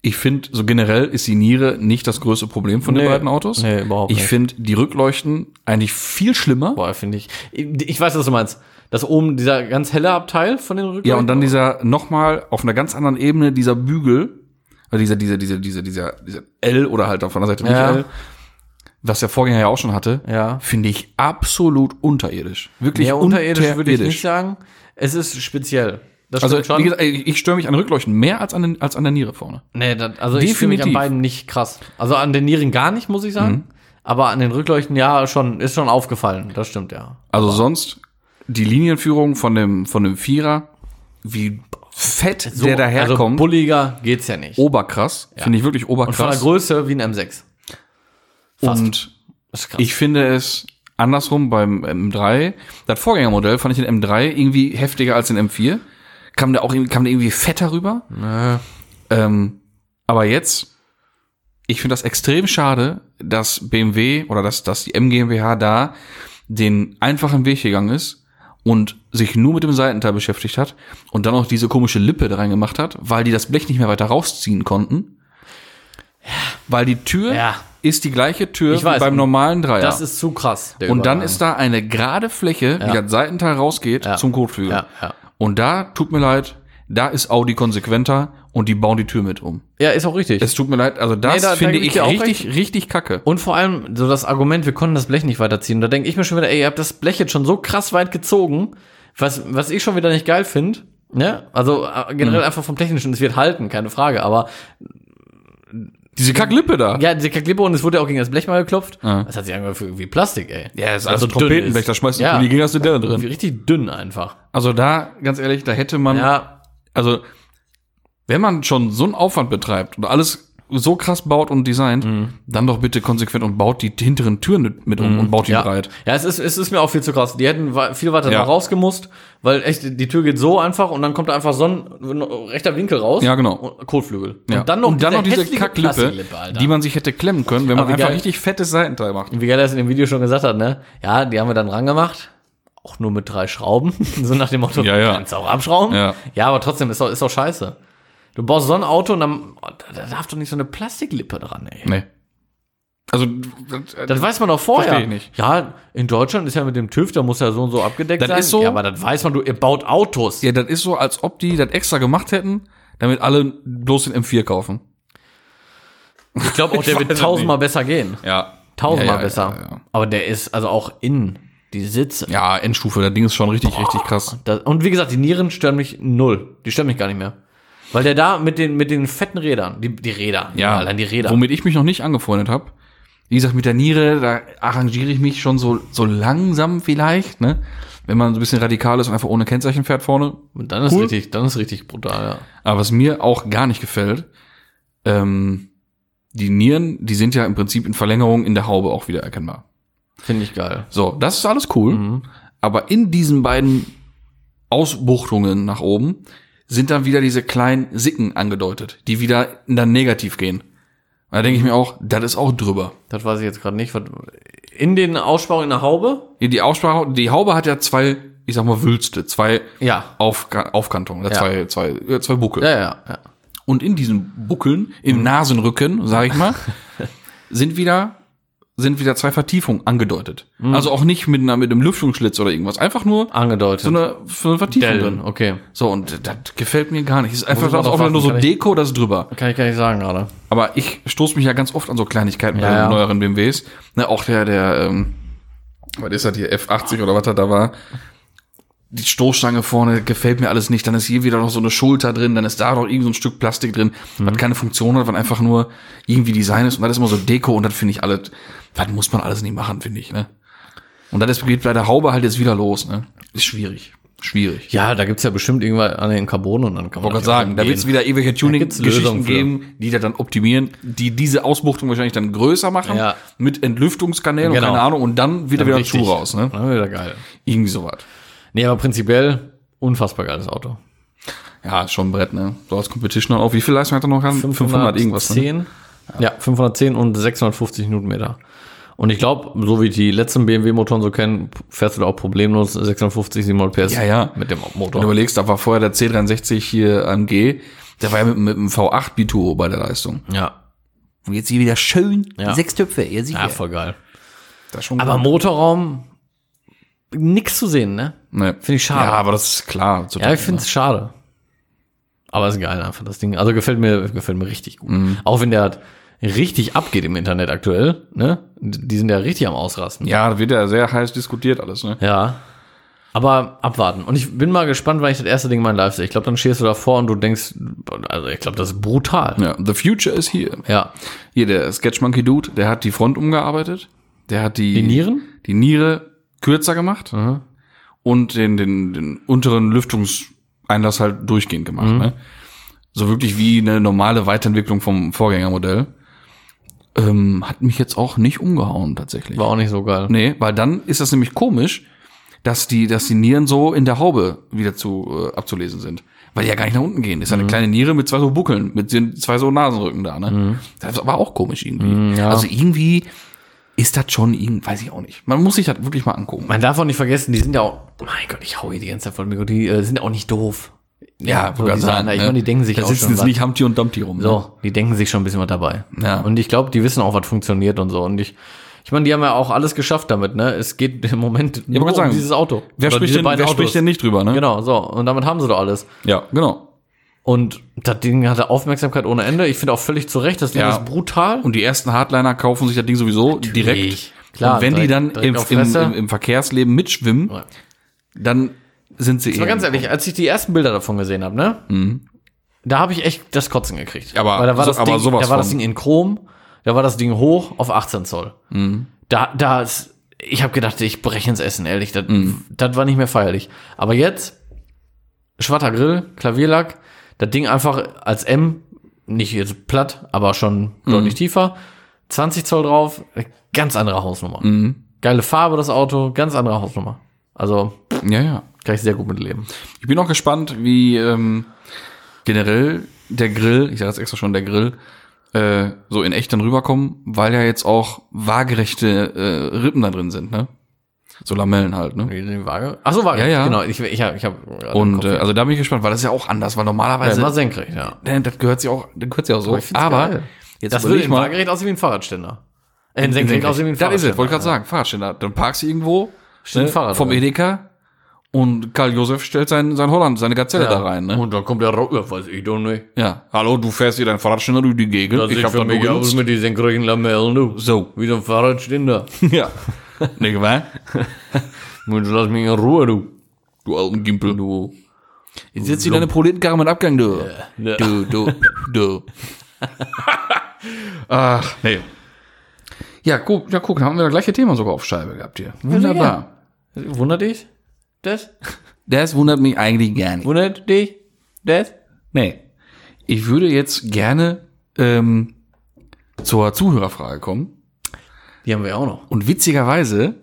S3: Ich finde, so generell ist die Niere nicht das größte Problem von
S2: Nee.
S3: den beiden Autos.
S2: Nee, überhaupt
S3: ich
S2: nicht.
S3: finde die Rückleuchten eigentlich viel schlimmer.
S2: Boah, finde ich. Ich weiß, was du meinst. Das oben, dieser ganz helle Abteil von den Rücken.
S3: Ja, und dann dieser nochmal auf einer ganz anderen Ebene dieser Bügel, also dieser, dieser, dieser, dieser, dieser, dieser L oder halt auf einer Seite nicht
S2: Ja.
S3: L, was der Vorgänger ja auch schon hatte,
S2: Ja.
S3: finde ich absolut unterirdisch. Wirklich
S2: Ja, unterirdisch würde ich
S3: unterirdisch.
S2: nicht sagen. Es ist speziell. Das
S3: Also,
S2: stimmt schon.
S3: wie gesagt, ich ich störe mich an Rückleuchten mehr als an, den, als an der Niere vorne.
S2: nee, das, also ich fühle mich an
S3: Definitiv. Mhm.
S2: beiden nicht krass. Also an den Nieren gar nicht, muss ich sagen. Aber an den Rückleuchten, ja, schon, ist schon aufgefallen. Das stimmt, ja.
S3: Also sonst die Linienführung von dem von dem Vierer, wie fett der
S2: Also
S3: daherkommt, Oh,
S2: bulliger geht's ja nicht.
S3: oberkrass, finde ich wirklich
S2: und von der
S3: oberkrass.
S2: Größe wie ein M6. fast.
S3: Und
S2: Das ist krass.
S3: ich finde es andersrum beim M3, das Vorgängermodell fand ich den M3 irgendwie heftiger als den M4. Kam der auch irgendwie, kam der irgendwie fetter rüber. Ähm, aber jetzt, ich finde das extrem schade, dass BMW oder dass, dass die MGMWH da den einfachen Weg gegangen ist und sich nur mit dem Seitenteil beschäftigt hat und dann auch diese komische Lippe da reingemacht hat, weil die das Blech nicht mehr weiter rausziehen konnten. Weil die Tür
S2: Ja.
S3: ist die gleiche Tür
S2: Ich
S3: wie
S2: weiß,
S3: beim normalen Dreier.
S2: das ist zu krass. der
S3: und dann
S2: Übergang.
S3: ist da eine gerade Fläche, wie
S2: Ja.
S3: das Seitenteil rausgeht, zum Kotflügel.
S2: Ja, ja.
S3: Und da tut mir leid, da ist Audi konsequenter und die bauen die Tür mit um.
S2: ja, ist auch richtig.
S3: Es tut mir leid, also das
S2: Nee, da- da
S3: finde
S2: geb ich
S3: ich
S2: dir auch
S3: richtig, richtig kacke.
S2: Und vor allem so das Argument, wir konnten das Blech nicht weiterziehen. Da denke ich mir schon wieder, ey, ihr habt das Blech jetzt schon so krass weit gezogen, was, was ich schon wieder nicht geil finde. Ne? Also äh,
S3: Mhm.
S2: generell einfach vom Technischen, es wird halten, keine Frage. Aber
S3: Diese Kacklippe da.
S2: ja, diese Klippe und es wurde ja auch gegen das Blech mal geklopft. Das hat sich angefühlt wie Plastik, ey.
S3: ist
S2: also dünn ist.
S3: da schmeißt
S2: Ja.
S3: ja. die ganze Delle
S2: Irgendwie
S3: drin.
S2: Richtig dünn einfach.
S3: Also da, ganz ehrlich, da hätte man,
S2: Ja,
S3: also wenn man schon so einen Aufwand betreibt und alles so krass baut und designt,
S2: Mhm.
S3: dann doch bitte konsequent und baut die hinteren Türen mit um und baut die
S2: ja.
S3: breit.
S2: Ja, es ist, es ist mir auch viel zu krass. Die hätten wa- viel weiter
S3: Ja.
S2: noch rausgemusst, weil echt, die Tür geht so einfach und dann kommt da einfach so ein rechter Winkel raus.
S3: Ja, genau.
S2: Und Kotflügel.
S3: Ja.
S2: Und dann noch
S3: und dann noch diese
S2: hässliche
S3: Kacklippe,
S2: Plastiklippe, Alter.
S3: die man sich hätte klemmen können, wenn man
S2: Aber wie
S3: einfach
S2: geil.
S3: richtig fettes Seitenteil macht.
S2: wie geil er es in dem Video schon gesagt hat, ne? Ja, die haben wir dann rangemacht. Auch nur mit drei Schrauben. so nach dem Motto,
S3: Ja, ja.
S2: kannst du auch abschrauben.
S3: Ja.
S2: ja aber trotzdem, ist doch, ist doch scheiße. Du baust so ein Auto und dann, oh, da, da darf doch nicht so eine Plastiklippe dran, ey.
S3: Nee. Also
S2: Das weiß man doch vorher.
S3: Versteh ich nicht.
S2: Ja, in Deutschland ist ja mit dem TÜV, da muss ja so und so abgedeckt
S3: Das
S2: sein.
S3: ist so.
S2: Ja, aber das weiß man, du, ihr baut Autos.
S3: Ja, das ist so, als ob die das extra gemacht hätten, damit alle bloß den M4 kaufen.
S2: Ich glaube auch,
S3: Ich
S2: der wird
S3: weiß es
S2: tausendmal besser gehen.
S3: Ja. Ja,
S2: Tausendmal
S3: ja,
S2: besser.
S3: Ja, ja.
S2: Aber der ist also auch innen. Die Sitze.
S3: ja, Endstufe, das Ding ist schon richtig, richtig krass.
S2: Das, und wie gesagt, die Nieren stören mich null. Die stören mich gar nicht mehr. Weil der da mit den, mit den fetten Rädern, die, die Räder, allein die Räder.
S3: Womit ich mich noch nicht angefreundet habe. Wie gesagt, mit der Niere, da arrangiere ich mich schon so, so langsam vielleicht, ne? Wenn man so ein bisschen radikal ist und einfach ohne Kennzeichen fährt vorne.
S2: Und dann ist
S3: Cool.
S2: richtig, dann ist richtig brutal,
S3: Aber was mir auch gar nicht gefällt, ähm, die Nieren, die sind ja im Prinzip in Verlängerung in der Haube auch wieder erkennbar.
S2: ja. Finde ich geil.
S3: So, das ist alles cool.
S2: Mhm.
S3: Aber in diesen beiden Ausbuchtungen nach oben sind dann wieder diese kleinen Sicken angedeutet, die wieder dann negativ gehen. Da denke ich mir auch, das ist auch drüber.
S2: Das weiß ich jetzt gerade nicht. Was- In den Aussparungen in der Haube?
S3: Hier Die Aussprache, die Haube hat ja zwei, ich sag mal, Wülste, zwei
S2: Ja.
S3: Aufka Aufkantungen, oder
S2: Ja.
S3: zwei, zwei, äh, zwei Buckel.
S2: Ja, ja, ja.
S3: Und in diesen Buckeln,
S2: Mhm.
S3: im Nasenrücken, sag ich mal, sind wieder, sind wieder zwei Vertiefungen angedeutet.
S2: Mhm.
S3: Also auch nicht mit, einer, mit einem Lüftungsschlitz oder irgendwas, einfach nur
S2: Angedeutet.
S3: so eine, so eine Vertiefung drin.
S2: Dellen, okay.
S3: So, und das gefällt mir gar nicht. Es ist einfach
S2: ich mal
S3: das auch
S2: drauf
S3: nur so
S2: achten, kann ich-
S3: Deko, das drüber.
S2: Kann ich gar nicht sagen gerade.
S3: Aber ich stoße mich ja ganz oft an so Kleinigkeiten bei
S2: Ja, ja.
S3: den neueren BMWs. Ne, auch der, der, ähm, was ist das hier, F80 oder was das da war. die Stoßstange vorne gefällt mir alles nicht, dann ist hier wieder noch so eine Schulter drin, dann ist da noch irgend so ein Stück Plastik drin, was
S2: Mhm.
S3: keine Funktion hat, was einfach nur irgendwie Design ist und das ist immer so Deko und das finde ich alles, das muss man alles nicht machen, finde ich, ne? Und das ist- geht bei der Haube halt jetzt wieder los, ne? Ist schwierig. Schwierig.
S2: Ja, da gibt's ja bestimmt irgendwann an den Carbon und dann kann man
S3: Ich wollte gerade sagen, da wird es wieder ewige
S2: gibt's
S3: Tuning-Geschichten
S2: Lösungen für.
S3: geben, die da dann optimieren, die diese Ausbuchtung wahrscheinlich dann größer machen,
S2: Ja.
S3: mit Entlüftungskanälen
S2: Genau.
S3: und keine Ahnung, und dann wieder wieder ein Schuh
S2: richtig.
S3: raus, ne?
S2: Ja, wieder geil.
S3: Irgendwie sowas.
S2: Nee, aber prinzipiell unfassbar geiles Auto.
S3: Ja, ist schon ein Brett, ne? So als Competition auf. Wie viel Leistung hat er noch ran? ne?
S2: 510. ne? Ja, 510 und 650 Newtonmeter. Und ich glaube, so wie ich die letzten BMW-Motoren so kennen, fährst du da auch problemlos 650, 700 PS
S3: Ja, ja.
S2: mit dem
S3: Wenn du
S2: Motor.
S3: überlegst, da war vorher der C63 hier AMG, der war ja mit, mit einem V8 Biturbo bei der Leistung.
S2: Ja,
S3: Und jetzt hier wieder schön
S2: Ja.
S3: sechs Töpfe, ihr seht
S2: ja, voll geil.
S3: das ist schon
S2: Aber
S3: gut.
S2: Motorraum, nix zu sehen, ne?
S3: nee.
S2: Finde ich schade.
S3: Ja, aber das ist klar.
S2: Ja, ich finde es schade. Aber ist geil einfach, das Ding. Also gefällt mir, gefällt mir richtig gut. Auch wenn der halt richtig abgeht im Internet aktuell, ne? Die sind ja richtig am Ausrasten.
S3: ja, da wird ja sehr heiß diskutiert alles, ne?
S2: Ja. Aber abwarten. Und ich bin mal gespannt, wann ich das erste Ding mal live sehe. Ich glaube, dann stehst du davor und du denkst, also ich glaube, das ist brutal.
S3: Ja, the future is here.
S2: Ja.
S3: Hier, der Sketch Monkey Dude, der hat die Front umgearbeitet. Der hat die,
S2: Die Nieren?
S3: die Niere kürzer gemacht und den, den, den unteren Lüftungseinlass halt durchgehend gemacht. Ne? So wirklich wie eine normale Weiterentwicklung vom Vorgängermodell. Ähm, hat mich jetzt auch nicht umgehauen tatsächlich.
S2: War auch nicht so geil.
S3: Nee, weil dann ist das nämlich komisch, dass die, dass die Nieren so in der Haube wieder zu äh, abzulesen sind. Weil die ja gar nicht nach unten gehen. Ist ja eine
S2: Mhm.
S3: kleine Niere mit zwei so Buckeln, mit den zwei so Nasenrücken da, ne? Das ist aber auch komisch irgendwie.
S2: Mhm. ja.
S3: Also irgendwie ist das schon irgendwie, weiß ich auch nicht. Man muss sich das wirklich mal angucken.
S2: Man darf auch nicht vergessen, die sind ja auch, mein Gott, ich hau hier die ganze Zeit von mir, die äh, sind ja auch nicht doof.
S3: ja, ne?
S2: so die Sachen, ich meine, die denken sich
S3: da
S2: auch
S3: sitzen
S2: schon
S3: jetzt
S2: was.
S3: nicht Humpty und Dumpty rum. ne?
S2: So, die denken sich schon ein bisschen was dabei.
S3: Ja.
S2: Und ich glaube, die wissen auch, was funktioniert und so. Und ich, ich meine, die haben ja auch alles geschafft damit, ne? Es geht im Moment
S3: Ich
S2: nur
S3: wollte
S2: um
S3: sagen,
S2: dieses Auto.
S3: Wer,
S2: Oder
S3: spricht
S2: diese
S3: denn,
S2: beiden
S3: wer
S2: Autos.
S3: spricht denn nicht drüber, ne?
S2: Genau, so. Und damit haben sie doch alles.
S3: Ja, genau.
S2: Und das Ding hatte Aufmerksamkeit ohne Ende. Ich finde auch völlig zu Recht, das Ding
S3: Ja.
S2: ist brutal.
S3: Und die ersten Hardliner kaufen sich das Ding sowieso direkt.
S2: Klar,
S3: und wenn die
S2: direkt-
S3: dann
S2: direkt
S3: im,
S2: auf
S3: im,
S2: Fresse.
S3: im, im Verkehrsleben mitschwimmen,
S2: Ja.
S3: dann sind sie
S2: Aber ganz ehrlich, als ich die ersten Bilder davon gesehen habe, ne? Da habe ich echt das Kotzen gekriegt.
S3: Mhm. Aber
S2: Weil da war
S3: so-
S2: das
S3: aber
S2: Ding,
S3: sowas
S2: da war das
S3: von.
S2: Ding in Chrom, da war das Ding hoch auf 18 Zoll.
S3: Mhm.
S2: Da, da ist, ich habe gedacht, ich breche ins Essen, ehrlich. Das,
S3: Mhm.
S2: das war nicht mehr feierlich. Aber jetzt, schwarzer Grill, Klavierlack, das Ding einfach als M, nicht jetzt platt, aber schon
S3: Mhm.
S2: deutlich tiefer. 20 Zoll drauf, ganz andere Hausnummer.
S3: Mhm.
S2: Geile Farbe, das Auto, ganz andere Hausnummer. Also
S3: Ja, ja.
S2: kann ich sehr gut mitleben.
S3: Ich bin auch gespannt, wie ähm, generell der Grill, ich sage jetzt extra schon der Grill, äh, so in echt dann rüberkommen, weil ja jetzt auch waagerechte äh, Rippen da drin sind, ne? So Lamellen halt, ne?
S2: Nee, die Waage. Ach so, Waage.
S3: Ja, ja.
S2: Genau, ich, ich habe ich hab gerade im
S3: Und
S2: Kopf.
S3: äh, also da bin ich gespannt, weil das ist ja auch anders, weil
S2: also,
S3: normalerweise,
S2: war senkrecht, ja.
S3: denn, das gehört ja auch, das gehört ja auch so.
S2: Aber ich find's geil.
S3: jetzt
S2: Das
S3: das
S2: würde
S3: ich
S2: im
S3: mal,
S2: Waagerecht aussehen wie ein Fahrradständer. Äh, in senkrecht aussehen wie ein
S3: Das ist
S2: Fahrradständer.
S3: es, wollte ich gerade sagen. Fahrradständer. Dann parkst du irgendwo
S2: Steht ein Fahrrad
S3: vom
S2: drin.
S3: Edeka und Karl Josef stellt sein, sein Holland, seine Gazelle da rein. Ne?
S2: Und dann kommt der Rauch, ja, weiß ich doch nicht.
S3: Ja. Hallo, du fährst hier dein Fahrradständer durch die Gegend.
S2: Das ich sieht
S3: hab
S2: für
S3: nur
S2: mich aus mit den senkrechten Lamellen, du.
S3: So.
S2: Wie so ein Fahrradständer.
S3: ja. Nicht wahr?
S2: Mensch, lass mich in Ruhe, du.
S3: Du alten Gimpel.
S2: Du.
S3: Jetzt sitzt hier deine Proletenkarre mit Abgang, du. Du, du, du. Ach, nee. Ja, guck, ja, guck, da haben wir das gleiche Thema sogar auf Scheibe gehabt hier. Wunderbar.
S2: Wundert dich? Das?
S3: Das wundert mich eigentlich gar nicht.
S2: Wundert dich? Das?
S3: Nee. Ich würde jetzt gerne ähm, zur Zuhörerfrage kommen.
S2: Die haben wir auch noch.
S3: Und witzigerweise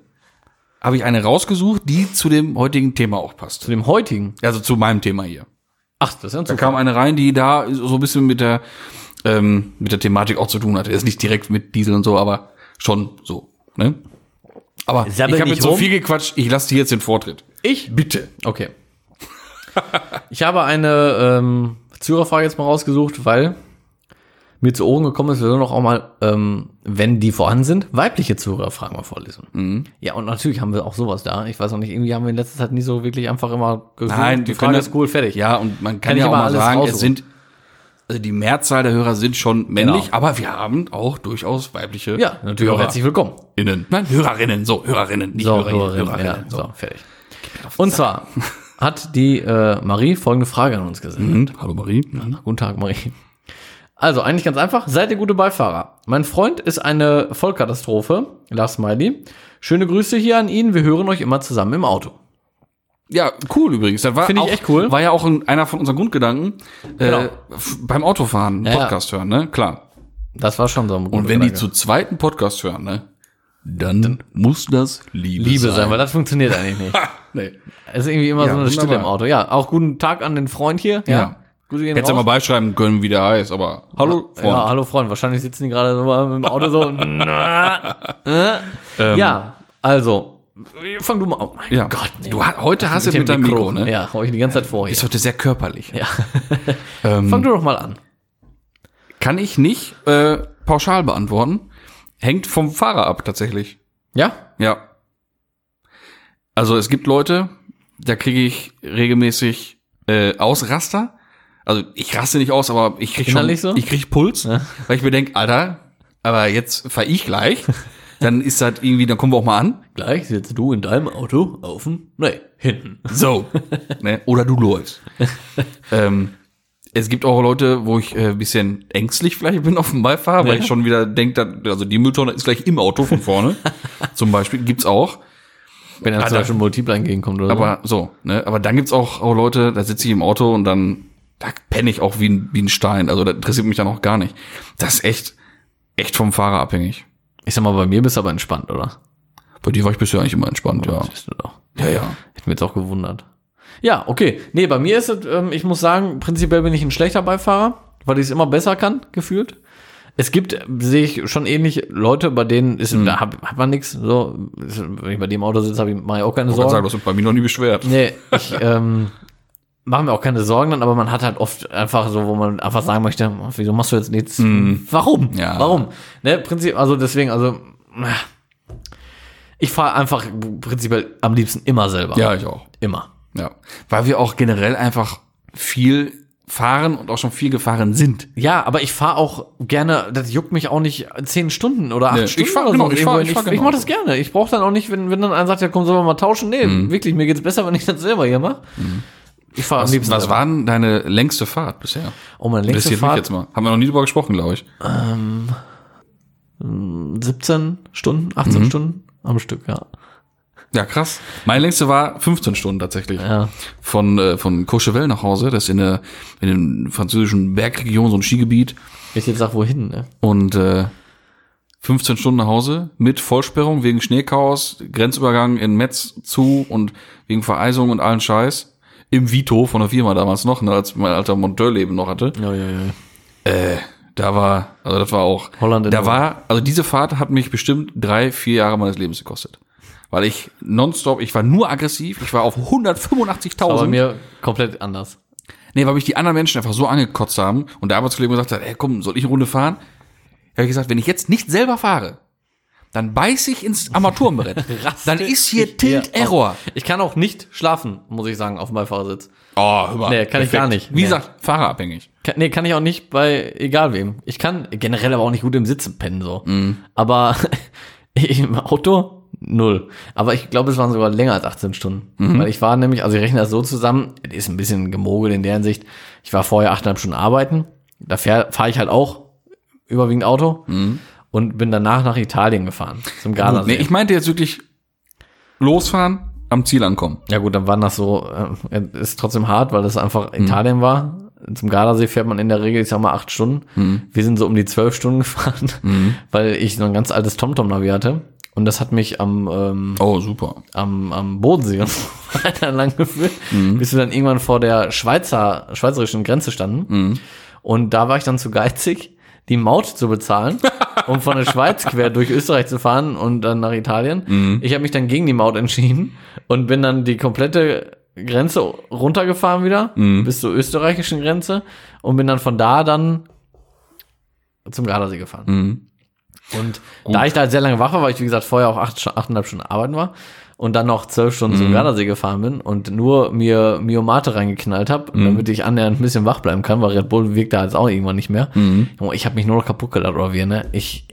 S3: habe ich eine rausgesucht, die zu dem heutigen Thema auch passt.
S2: Zu dem heutigen.
S3: Also zu meinem Thema hier.
S2: Ach, das ist ja ein
S3: Da kam eine rein, die da so ein bisschen mit der, ähm, mit der Thematik auch zu tun hatte. Jetzt nicht direkt mit Diesel und so, aber schon so. Ne? Aber
S2: Sabbel
S3: ich habe
S2: nicht
S3: jetzt so
S2: rum.
S3: viel gequatscht, ich lasse dir jetzt den Vortritt.
S2: Ich?
S3: Bitte.
S2: Okay. Ich habe eine ähm, Zürerfrage jetzt mal rausgesucht, weil mir zu Ohren gekommen ist, wir sollen doch auch mal, ähm, wenn die vorhanden sind, weibliche Zuhörerfragen mal vorlesen.
S3: Mhm.
S2: Ja, und natürlich haben wir auch sowas da. Ich weiß auch nicht, irgendwie haben wir in letzter Zeit nicht so wirklich einfach immer gesucht.
S3: Nein,
S2: die
S3: wir können
S2: Frage
S3: das-
S2: ist cool, fertig.
S3: Ja, und man kann,
S2: Kann ich
S3: ja auch
S2: aber
S3: mal
S2: alles
S3: sagen,
S2: raussuchen.
S3: es sind, also die Mehrzahl der Hörer sind schon männlich,
S2: Genau.
S3: aber wir haben auch durchaus weibliche
S2: Ja, natürlich auch herzlich willkommen.
S3: Hörerinnen. Nein, Hörerinnen, so, Hörerinnen, nicht
S2: So,
S3: Hörer,
S2: Hörerinnen,
S3: Hörerinnen.
S2: ja, so, fertig. Und zwar hat die äh, Marie folgende Frage an uns gesendet.
S3: Hm, Hallo Marie. Mhm.
S2: Guten Tag, Marie. Also, eigentlich ganz einfach. Seid ihr gute Beifahrer? Mein Freund ist eine Vollkatastrophe. Lars Smiley. Schöne Grüße hier an ihn. Wir hören euch immer zusammen im Auto.
S3: Ja, cool übrigens. Das war
S2: Finde ich
S3: auch,
S2: echt cool.
S3: War ja auch ein, einer von unseren Grundgedanken.
S2: Genau.
S3: Äh, f- beim Autofahren,
S2: ja.
S3: Podcast hören, ne? Klar.
S2: Das war schon so ein
S3: Und wenn die zu zweiten Podcast hören, ne? Dann, muss das Liebe,
S2: Liebe sein, weil Genau. das funktioniert eigentlich nicht.
S3: Nee.
S2: Es ist irgendwie immer
S3: Ja,
S2: so eine
S3: wunderbar.
S2: Stille im Auto. Ja, auch guten Tag an den Freund hier.
S3: Ja.
S2: Grüße gehen
S3: Hättest du mal
S2: raus.
S3: beischreiben können, wie der heißt, aber hallo, Freund.
S2: Ja, hallo Freund. Wahrscheinlich sitzen die gerade so mal im Auto so. Na, äh. ja, also. Fang du mal an. Oh mein
S3: Ähm. Ja.
S2: Gott. nee.
S3: du, ha- heute hast du mit deinem Mikro, ne?
S2: Ja, hau ich die ganze Zeit vor hier.
S3: Ist heute sehr körperlich.
S2: Ja.
S3: Ähm,
S2: Fang du doch mal an.
S3: Kann ich nicht äh, pauschal beantworten. Hängt vom Fahrer ab, tatsächlich.
S2: Ja?
S3: Ja. Also es gibt Leute, da kriege ich regelmäßig äh, Ausraster. Also ich raste nicht aus, aber ich kriege schon,
S2: Innerlich so?
S3: ich krieg Puls, weil ich mir denk, Alter, aber jetzt fahr ich gleich. Dann ist das irgendwie, dann kommen wir auch mal an.
S2: Gleich sitzt du in deinem Auto auf dem, nee, hinten.
S3: So. ne? Oder du läufst. ähm, es gibt auch Leute, wo ich äh, ein bisschen ängstlich vielleicht bin auf dem Beifahrer, weil ich schon wieder denke, also die Mülltonne ist gleich im Auto von vorne. zum Beispiel gibt's auch.
S2: Wenn er zum
S3: da-
S2: Beispiel Multiple entgegenkommt oder
S3: Aber so, ne? Aber dann gibt's auch, auch Leute, da sitze ich im Auto und dann da penne ich auch wie ein, wie ein Stein. Also das interessiert mich dann auch gar nicht. Das ist echt, echt vom Fahrer abhängig.
S2: so. Ich sag mal, bei mir bist du aber entspannt, oder?
S3: Bei dir war ich bisher eigentlich immer entspannt, ja.
S2: Siehst du doch.
S3: Ja, ja.
S2: Hätte mir jetzt auch gewundert. Ja, okay. Nee, bei mir ist es, ähm, ich muss sagen, prinzipiell bin ich ein schlechter Beifahrer, weil ich es immer besser kann, gefühlt. Es gibt, äh, sehe ich schon ähnlich, Leute, bei denen ist,
S3: Mhm.
S2: da hat, hat man nichts. So, ist, wenn ich bei dem Auto sitze, habe ich, mach ich auch keine
S3: Ich kann sagen,
S2: Sorgen.
S3: du hast dich bei mir noch nie beschwert.
S2: Nee, ich ähm, mache mir auch keine Sorgen dann, aber man hat halt oft einfach so, wo man einfach sagen möchte, "Oh, wieso machst du jetzt nichts? Warum?
S3: Mhm. Ja.
S2: Warum? Ne, Prinzip, also deswegen, also äh, ich fahre einfach prinzipiell am liebsten immer selber.
S3: Ja, ich auch.
S2: Immer.
S3: Ja. Weil wir auch generell einfach viel fahren und auch schon viel gefahren sind.
S2: Ja, aber ich fahre auch gerne, das juckt mich auch nicht zehn Stunden oder acht
S3: Nee, ich
S2: Stunden.
S3: fahr-
S2: oder
S3: genau,
S2: so.
S3: ich fahr-
S2: irgendwo
S3: ich
S2: hin.
S3: fahr
S2: ich, ich
S3: genau
S2: mach das gerne. Ich brauche dann auch nicht, wenn, wenn dann einer sagt, ja komm, sollen wir mal tauschen. Nee,
S3: Mhm.
S2: wirklich, mir geht's besser, wenn ich das selber hier mache. Ich fahre am liebsten.
S3: Was
S2: selber.
S3: war denn deine längste Fahrt bisher?
S2: Oh, meine
S3: Das
S2: längste
S3: mich
S2: Fahrt
S3: jetzt mal. Haben wir noch nie drüber gesprochen, glaube ich.
S2: 17 Stunden, 18 Stunden am Stück, ja.
S3: Ja, krass. Meine längste war 15 Stunden tatsächlich.
S2: Ja.
S3: Von, äh, von Courchevel nach Hause, das ist in der, in den französischen Bergregion, so ein Skigebiet.
S2: Wenn Ich jetzt sag, wohin, ne?
S3: Und äh, 15 Stunden nach Hause mit Vollsperrung wegen Schneechaos, Grenzübergang in Metz zu und wegen Vereisung und allen Scheiß. Im Vito von der Firma damals noch, ne, als mein alter Monteurleben noch hatte.
S2: Ja, ja, ja.
S3: Da war, also das war auch.
S2: Holland in
S3: Da
S2: Not.
S3: war, also diese Fahrt hat mich bestimmt drei, vier Jahre meines Lebens gekostet. Weil ich nonstop, ich war nur aggressiv, ich war auf
S2: Aber bei
S3: 185.000.
S2: mir komplett anders.
S3: Nee, weil mich die anderen Menschen einfach so angekotzt haben und der Arbeitskollege gesagt hat, hey komm, soll ich eine Runde fahren? Da hab ich gesagt, wenn ich jetzt nicht selber fahre, dann beiß ich ins Armaturenbrett. dann ist hier Tilt
S2: Ja,
S3: Error.
S2: Ich kann auch nicht schlafen, muss ich sagen, auf dem Beifahrersitz.
S3: Oh, hör mal.
S2: Nee, kann ich gar nicht.
S3: Wie
S2: Nee.
S3: gesagt, fahrerabhängig.
S2: Kann, nee, kann ich auch nicht bei egal wem. Ich kann generell aber auch nicht gut im Sitzen pennen so. Aber im Auto null. Aber ich glaube, es waren sogar länger als 18 Stunden. Weil ich war nämlich, also ich rechne das so zusammen, es ist ein bisschen gemogelt in der Hinsicht. Ich war vorher 8,5 Stunden arbeiten. Da fahre fahr ich halt auch überwiegend Auto. Und bin danach nach Italien gefahren, zum Gardasee.
S3: Nee, ich meinte jetzt wirklich losfahren, am Ziel ankommen.
S2: Ja gut, dann waren das so, äh, ist trotzdem hart, weil das einfach Italien war. Zum Gardasee fährt man in der Regel, ich sag mal, acht Stunden. Wir sind so um die zwölf Stunden gefahren, weil ich so ein ganz altes TomTom-Navi hatte. Und das hat mich am, ähm,
S3: Oh, super.
S2: am, am Bodensee und so weiter lang geführt, bis wir dann irgendwann vor der Schweizer, schweizerischen Grenze standen. Und da war ich dann zu geizig, die Maut zu bezahlen, um von der Schweiz quer durch Österreich zu fahren und dann nach Italien. Ich habe mich dann gegen die Maut entschieden und bin dann die komplette Grenze runtergefahren wieder bis zur österreichischen Grenze und bin dann von da dann zum Gardasee gefahren.
S1: Mhm.
S2: Und da ich da halt sehr lange wach war, weil ich, wie gesagt, vorher auch acht, achteinhalb Stunden arbeiten war und dann noch zwölf Stunden
S1: Mhm.
S2: zum Gardasee gefahren bin und nur mir Miomate reingeknallt
S1: Mhm.
S2: habe, damit ich annähernd ein bisschen wach
S1: Mhm.
S2: Oh, bleiben kann, weil Red Bull wirkt da jetzt auch irgendwann nicht mehr. Junge, Ich habe mich nur noch kaputt gelacht, oder wir, ne? Ich,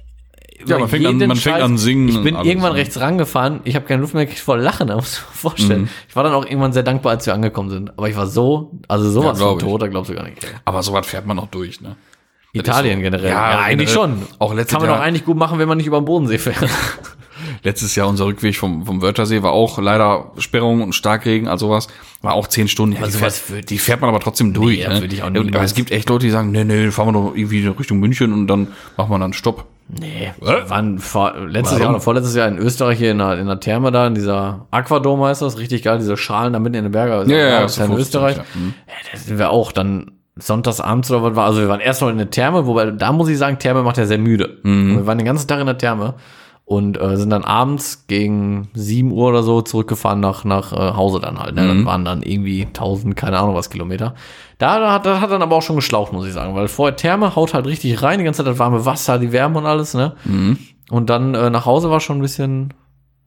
S2: über
S1: man fängt an-
S2: jeden
S1: man fängt an singen
S2: Ich
S1: und
S2: bin
S1: alles,
S2: irgendwann
S1: ne?
S2: rechts rangefahren. Ich habe keine Luft mehr gekriegt vor Lachen, da musst du dir
S1: Mhm.
S2: vorstellen. Ich war dann auch irgendwann sehr dankbar, als wir angekommen sind. Aber ich war so, also sowas
S3: Ja, glaub
S2: von
S3: ich.
S2: tot, da glaubst du gar nicht.
S3: Aber sowas fährt man auch durch, ne?
S2: Italien generell.
S3: Ja, generell. Auch
S2: Auch
S3: letztes
S2: letztes Kann man
S3: Jahr-
S2: doch eigentlich gut machen, wenn man nicht über den Bodensee fährt.
S3: Letztes Jahr unser Rückweg vom, vom Wörthersee war auch leider Sperrung und Starkregen, also was. War auch zehn Stunden. Ja,
S2: Also
S3: die,
S2: was
S3: fährt, die fährt man aber trotzdem durch.
S2: Nee,
S3: ne?
S2: würde ich auch
S3: Und- aber
S2: niemals.
S3: es gibt echt Leute, die sagen, nee, nee, fahren wir doch irgendwie Richtung München und dann machen wir dann Stopp.
S2: Nee, wir waren vor, letztes Jahr oder vorletztes Jahr in Österreich hier in der, in der Therme da, in dieser Aquadome heißt das, richtig geil, diese Schalen da mitten in den Bergen. Also,
S3: Ja, ja,
S2: das ist ja in
S3: so
S2: Österreich. Ja.
S3: vorstellig, ja. Mhm.
S2: da sind wir auch dann sonntagsabends oder was war, also wir waren erst noch in der Therme, wobei da muss ich sagen, Therme macht ja sehr müde. Und Wir waren den ganzen Tag in der Therme und äh, sind dann abends gegen 7 Uhr oder so zurückgefahren nach, nach äh, Hause dann halt. Ne? Das waren dann irgendwie 1000, keine Ahnung was Kilometer. Da, da, hat- da hat dann aber auch schon geschlaucht, muss ich sagen, weil vorher Therme haut halt richtig rein, die ganze Zeit das warme Wasser, die Wärme und alles, ne? Und dann äh, nach Hause war schon ein bisschen,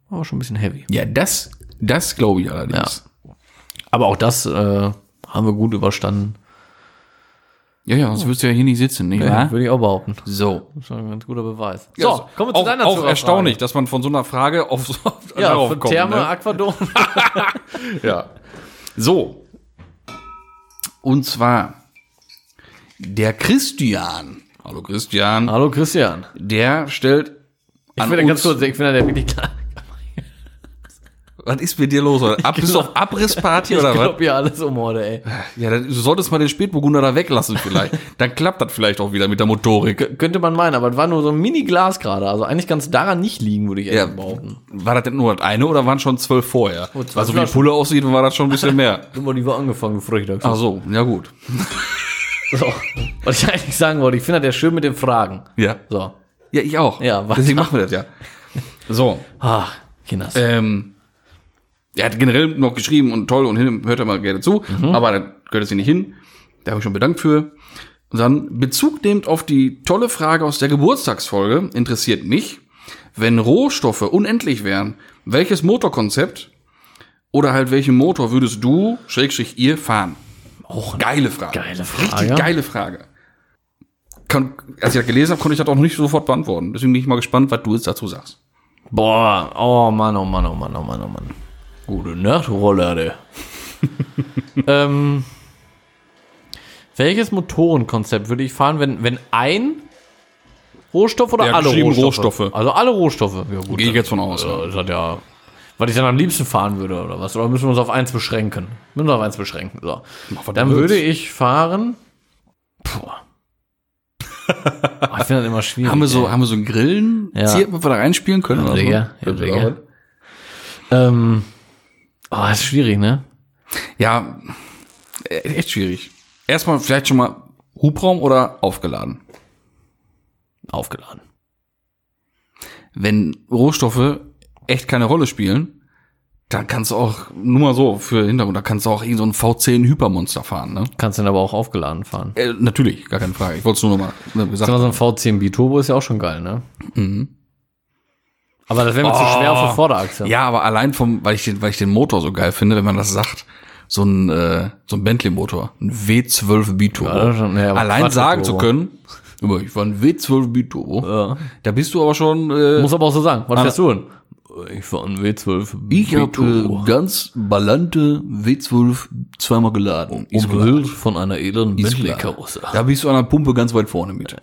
S2: war schon ein bisschen heavy.
S3: Ja, das, das glaube ich allerdings.
S2: Aber auch das äh, haben wir gut überstanden.
S3: Ja, ja, sonst würdest du ja hier nicht sitzen, nicht wahr?
S2: Würde ich auch behaupten.
S3: So.
S2: Das ist schon ein ganz guter Beweis.
S3: Ja, also auch, Auch
S2: Zuhörerfrage.
S3: erstaunlich, dass man von so einer Frage auf, so- auf
S2: Ja,
S3: darauf
S2: von
S3: kommt,
S2: Therme,
S3: ne?
S2: Aquadom.
S3: Ja. So. Und zwar der Christian. Hallo Christian.
S2: Hallo Christian.
S3: Der stellt.
S2: Ich bin da ganz kurz, ich bin da der wirklich klar.
S3: Was ist mit dir los? Oder? Ab, bist
S2: Genau.
S3: du auf Abrissparty oder
S2: Ich
S3: was?
S2: glaub hier alles um heute, ey.
S3: Ja, dann, du solltest mal den Spätburgunder da weglassen vielleicht. dann klappt das vielleicht auch wieder mit der Motorik.
S2: K könnte man meinen, aber es war nur so ein Mini-Glas gerade. Also eigentlich kann es daran nicht liegen, würde ich
S3: Ja,
S2: ehrlich behaupten.
S3: war das denn nur das eine oder waren schon zwölf vorher?
S2: Oh, zwölf
S3: also wie die
S2: Flaschen.
S3: Pulle aussieht, war das schon ein bisschen mehr.
S2: Guck mal, die war angefangen, bevor ich da
S3: Ach so, ja gut.
S2: so. Was ich eigentlich sagen wollte, ich finde das ja schön mit den Fragen.
S3: Ja.
S2: So.
S3: Ja, ich auch.
S2: Ja, was-
S3: Deswegen machen wir das ja. So.
S2: Ach, Kinders.
S3: Ähm, er hat generell noch geschrieben und toll und hin, hört er mal gerne zu, aber da gehört es hier nicht hin. Da habe ich schon bedankt für. Und dann Bezug nehmend auf die tolle Frage aus der Geburtstagsfolge interessiert mich, wenn Rohstoffe unendlich wären, welches Motorkonzept oder halt welchen Motor würdest du, Schrägstrich, ihr fahren?
S2: Auch
S3: Geile Frage.
S2: geile
S3: Richtig
S2: Frage.
S3: geile Frage. Kann, als ich das gelesen habe, konnte ich das auch nicht sofort beantworten. Deswegen bin ich mal gespannt, was du jetzt dazu sagst.
S2: Boah, oh Mann, oh Mann, oh Mann, oh Mann, oh Mann. Gute Nacht, Rollade. ähm, welches Motorenkonzept würde ich fahren, wenn, wenn ein Rohstoff oder
S3: Der hat
S2: alle
S3: geschrieben
S2: Rohstoffe?
S3: Rohstoffe.
S2: Also alle Rohstoffe. Ja, gut. äh,
S3: Gehe ich jetzt von aus.
S2: Ja, das hat ja. Was ich dann am liebsten fahren würde oder was? Oder müssen wir uns auf eins beschränken? Müssen wir auf eins beschränken. So.
S3: Mach, was
S2: Dann
S3: du
S2: würde
S3: willst.
S2: ich fahren. Puh. Ah, ich finde das immer schwierig.
S3: Haben wir so,
S2: ey.
S3: haben wir so einen Grillen?
S2: Ja.
S3: Ziert, was wir da reinspielen können? oder so?
S2: Digga, ja,
S3: Das wäre
S2: Digga.
S3: auch-
S2: Ähm, oh, ist schwierig, ne?
S3: ja, e- echt schwierig. Erstmal vielleicht schon mal Hubraum oder aufgeladen.
S2: Aufgeladen.
S3: Wenn Rohstoffe echt keine Rolle spielen, dann kannst du auch, nur mal so für Hintergrund, da kannst du auch irgend so ein V10 Hypermonster fahren, ne?
S2: Kannst dann aber auch aufgeladen fahren.
S3: Äh, natürlich, gar keine Frage. Ich wollte es nur noch mal ne, gesagt
S2: Sag mal, so ein V10 Biturbo ist ja auch schon geil, ne?
S3: Mhm.
S2: Aber das wäre mir zu
S3: Oh.
S2: schwer auf der Vorderachse.
S3: Ja, aber allein vom, weil ich den, weil ich den Motor so geil finde, wenn man das sagt, so ein, äh, so ein Bentley-Motor, ein W12 Biturbo.
S2: Ja, das ist schon- ja, aber
S3: allein
S2: Quattro-Turbo.
S3: sagen zu können, aber ich war ein W12 Biturbo,
S2: Ja.
S3: da bist du aber schon, äh,
S2: Muss aber auch so sagen. Was
S3: Ah.
S2: fährst du denn? Ich fahre einen W12
S3: ich habe
S2: Biturbo.
S3: äh, ganz ballante W12 zweimal geladen. Isolator.
S2: Umhüllt von einer edlen Bentley-Karosse.
S3: Da bist du an der Pumpe ganz weit vorne mit.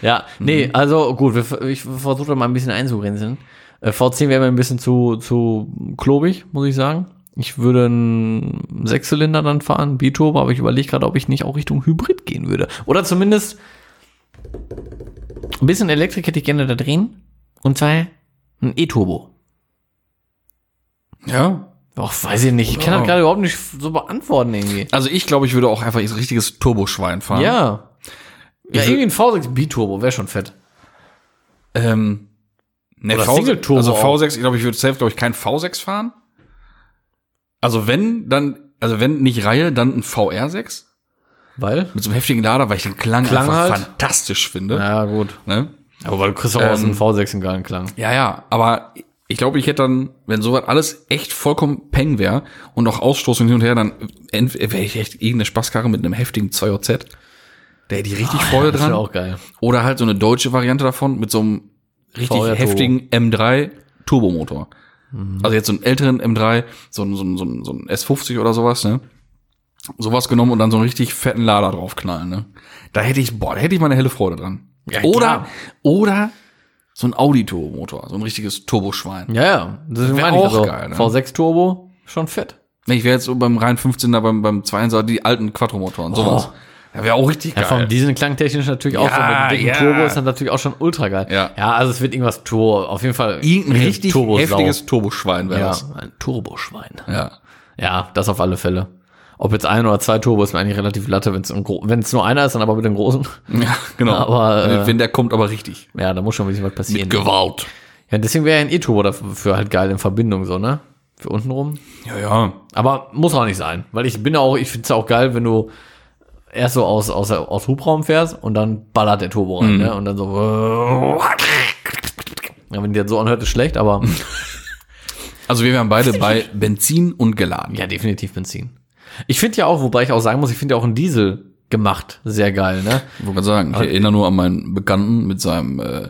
S2: Ja, nee, also gut, wir, ver- ich versuche da mal ein bisschen einzugrenzen. Äh, V10 wäre mir ein bisschen zu, zu klobig, muss ich sagen. Ich würde einen Sechszylinder dann fahren, Biturbo, aber ich überlege gerade, ob ich nicht auch Richtung Hybrid gehen würde. Oder zumindest ein bisschen Elektrik hätte ich gerne da drehen. Und zwar ein E-Turbo.
S3: Ja.
S2: Ach, weiß ich nicht. Ich kann das gerade überhaupt nicht so beantworten irgendwie.
S3: Also ich glaube, ich würde auch einfach ein richtiges Turboschwein fahren.
S2: Ja. Ja, irgendwie ein V6 Biturbo wäre schon fett.
S3: Ähm, ne,
S2: Oder
S3: V6,
S2: Single-Turbo
S3: also
S2: auch.
S3: V6, ich glaube, ich würde safe, glaube ich, kein V6 fahren. Also wenn, dann, also wenn nicht Reihe, dann ein VR6
S2: Weil?
S3: mit so einem heftigen Lader, weil ich den Klang,
S2: Klang
S3: einfach
S2: halt.
S3: fantastisch finde. Ja.
S2: Ja, gut. Ähm,
S3: Ne?
S2: Aber weil du kriegst auch aus dem V6 einen geilen Klang.
S3: ja, ja, aber ich glaube, ich hätte dann, wenn sowas alles echt vollkommen peng wäre und auch Ausstoß und hin und her, dann ent- wäre ich echt irgendeine Spaßkarre mit einem heftigen 2OZ. Da hätte ich richtig Freude
S2: Oh, Das
S3: dran.
S2: wäre auch geil.
S3: Oder halt so eine deutsche Variante davon mit so einem richtig
S2: Vr Turbo.
S3: heftigen M3 Turbomotor. Also jetzt so einen älteren M3, so ein, so ein, so ein, so ein S50 oder sowas, ne? Sowas genommen und dann so einen richtig fetten Lader draufknallen, ne? Da hätte ich, boah, da hätte ich mal eine helle Freude dran.
S2: Ja,
S3: oder,
S2: klar.
S3: oder so ein Audi-Turbomotor, so ein richtiges Turboschwein.
S2: Ja, ja. Deswegen
S3: Wär
S2: meine ich
S3: auch
S2: also,
S3: geil, ne?
S2: V6 Turbo, schon fett.
S3: Ne, Ich wäre jetzt so beim rein 15er, beim, beim 2er, die alten Quattromotoren, sowas. Ja, wäre auch richtig
S2: Oh. Ja,
S3: geil.
S2: vom Diesel klangtechnisch natürlich auch so
S3: Ja,
S2: mit dem dicken
S3: ja.
S2: Turbo ist das natürlich auch schon ultra geil.
S3: Ja.
S2: ja, also es wird irgendwas Turbo, auf jeden Fall
S3: Irgendein
S2: eine
S3: richtig
S2: Turbosau.
S3: heftiges Turboschwein wäre
S2: ja,
S3: das.
S2: ein Turboschwein.
S3: Ja.
S2: Ja, das auf alle Fälle. Ob jetzt ein oder zwei Turbo ist mir eigentlich relativ latte, wenn es ein gro- wenn es nur einer ist, dann aber mit dem großen.
S3: Ja, genau.
S2: Aber, äh,
S3: wenn der kommt, aber richtig.
S2: Ja, da muss schon ein bisschen was passieren.
S3: Gewalt.
S2: Ja, deswegen wäre ja ein E-Turbo dafür halt geil in Verbindung so, ne? Für unten rum.
S3: Ja, ja.
S2: Aber muss auch nicht sein, weil ich bin auch, ich finde es auch geil, wenn du erst so aus, aus, aus Hubraum fährst und dann ballert der Turbo
S3: Mhm.
S2: rein, ne? Und dann so. Ja, wenn die das so anhört, ist schlecht, aber
S3: Also wir wären beide bei Benzin und geladen.
S2: ja, definitiv Benzin. Ich finde ja auch, wobei ich auch sagen muss, ich finde ja auch einen Diesel gemacht sehr geil, ne?
S3: Ich wollte gerade sagen, ich erinnere nur an meinen Bekannten mit seinem, äh,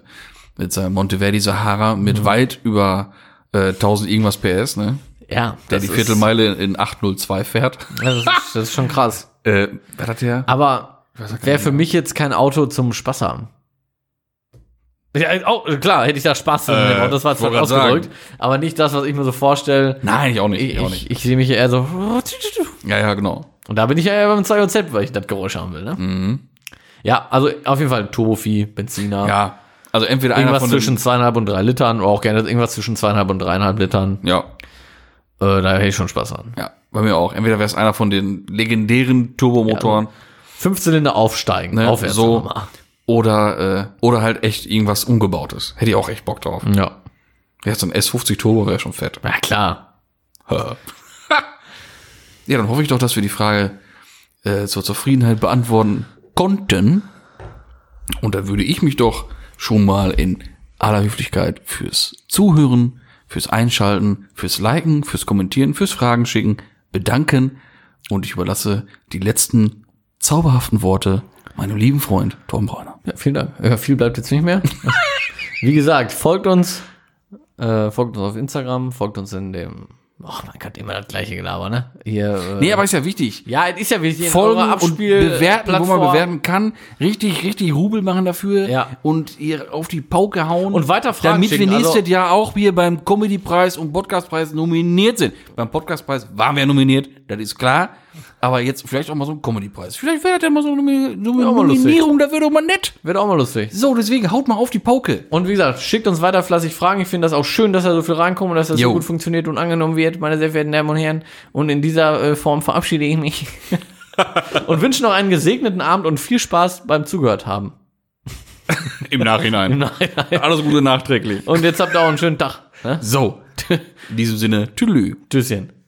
S3: mit seinem Monteverdi Sahara mit
S2: Mhm.
S3: weit über äh, 1000 irgendwas PS, ne?
S2: Ja,
S3: Der
S2: das
S3: die
S2: ist-
S3: Viertelmeile in 802 fährt.
S2: Das ist, das ist schon krass.
S3: äh, wer hat der?
S2: Aber wäre für mich jetzt kein Auto zum Spaß haben. Ja, oh, klar, hätte ich da Spaß dran
S3: Äh,
S2: gehabt, das war
S3: ich
S2: zwar
S3: wollte grad
S2: ausgedrückt, aber nicht das, was ich mir so vorstelle.
S3: Nein, ich auch nicht.
S2: Ich,
S3: Ich, auch
S2: ich,
S3: nicht.
S2: ich sehe mich eher so.
S3: Ja, ja, genau.
S2: Und da bin ich ja eher beim 2JZ, weil ich das Geräusch haben will, ne? Ja, also auf jeden Fall Turbovieh, Benziner.
S3: Mhm. Ja. Also entweder einer
S2: Ah. Irgendwas
S3: von
S2: zwischen zweieinhalb und drei Litern, oder auch gerne irgendwas zwischen zweieinhalb und dreieinhalb Litern.
S3: den, ja,
S2: Äh, da hätte ich schon Spaß an.
S3: ja, bei mir auch. Entweder wäre es einer von den legendären
S2: also
S3: Turbomotoren.
S2: Fünfzylinder aufsteigen,
S3: Ne,
S2: aufwärts.
S3: so.
S2: nochmal.
S3: Oder, äh, oder halt echt irgendwas Umgebautes. Hätte ich auch echt Bock drauf.
S2: Ja.
S3: Ja, so ein S50 Turbo wäre schon fett.
S2: Na klar.
S3: Ja, dann hoffe ich doch, dass wir die Frage äh, zur Zufriedenheit beantworten konnten. Und dann würde ich mich doch schon mal in aller Höflichkeit fürs Zuhören, fürs Einschalten, fürs Liken, fürs Kommentieren, fürs Fragen schicken bedanken. Und ich überlasse die letzten zauberhaften Worte meinem lieben Freund Tom Brauner.
S2: Ja, vielen Dank. Ja, viel bleibt jetzt nicht mehr. Wie gesagt, folgt uns. Äh, folgt uns auf Instagram, folgt uns in dem. Ach man Gott, immer das gleiche Gelaber, ne? Hier. Äh,
S3: Nee, aber ist ja wichtig.
S2: ja, es ist ja wichtig. in
S3: folgen
S2: eurer
S3: und
S2: Abspiel-
S3: bewerten, wo
S2: Plattform.
S3: man bewerten kann. Richtig, richtig Rubel machen dafür
S2: Ja.
S3: und ihr auf die Pauke hauen.
S2: Und weiter Fragen
S3: Damit wir
S2: schicken,
S3: nächstes
S2: also-
S3: Jahr auch hier beim Comedy-Preis und Podcast-Preis nominiert sind. Beim Podcast-Preis waren wir nominiert, das ist klar. Aber jetzt vielleicht auch mal so ein Comedy-Preis. Vielleicht wäre das ja mal so eine Nomi- Nomi-
S2: auch mal lustig.
S3: Nominierung, da wäre doch mal nett.
S2: Wird auch mal lustig.
S3: So, deswegen haut mal auf die Pauke.
S2: Und wie gesagt, schickt uns weiter fleißig Fragen. Ich finde das auch schön, dass da so viel reinkommt und dass das
S3: Jo.
S2: so gut funktioniert und angenommen wird, meine sehr verehrten Damen und Herren. Und in dieser äh, Form verabschiede ich mich. und wünsche noch einen gesegneten Abend und viel Spaß beim Zugehört haben.
S1: Im Nachhinein.
S2: Nein, nein.
S3: Alles Gute nachträglich.
S2: Und jetzt habt ihr auch einen schönen Tag. Ne?
S3: So, in diesem Sinne, tüdelü.
S2: Tschüsschen.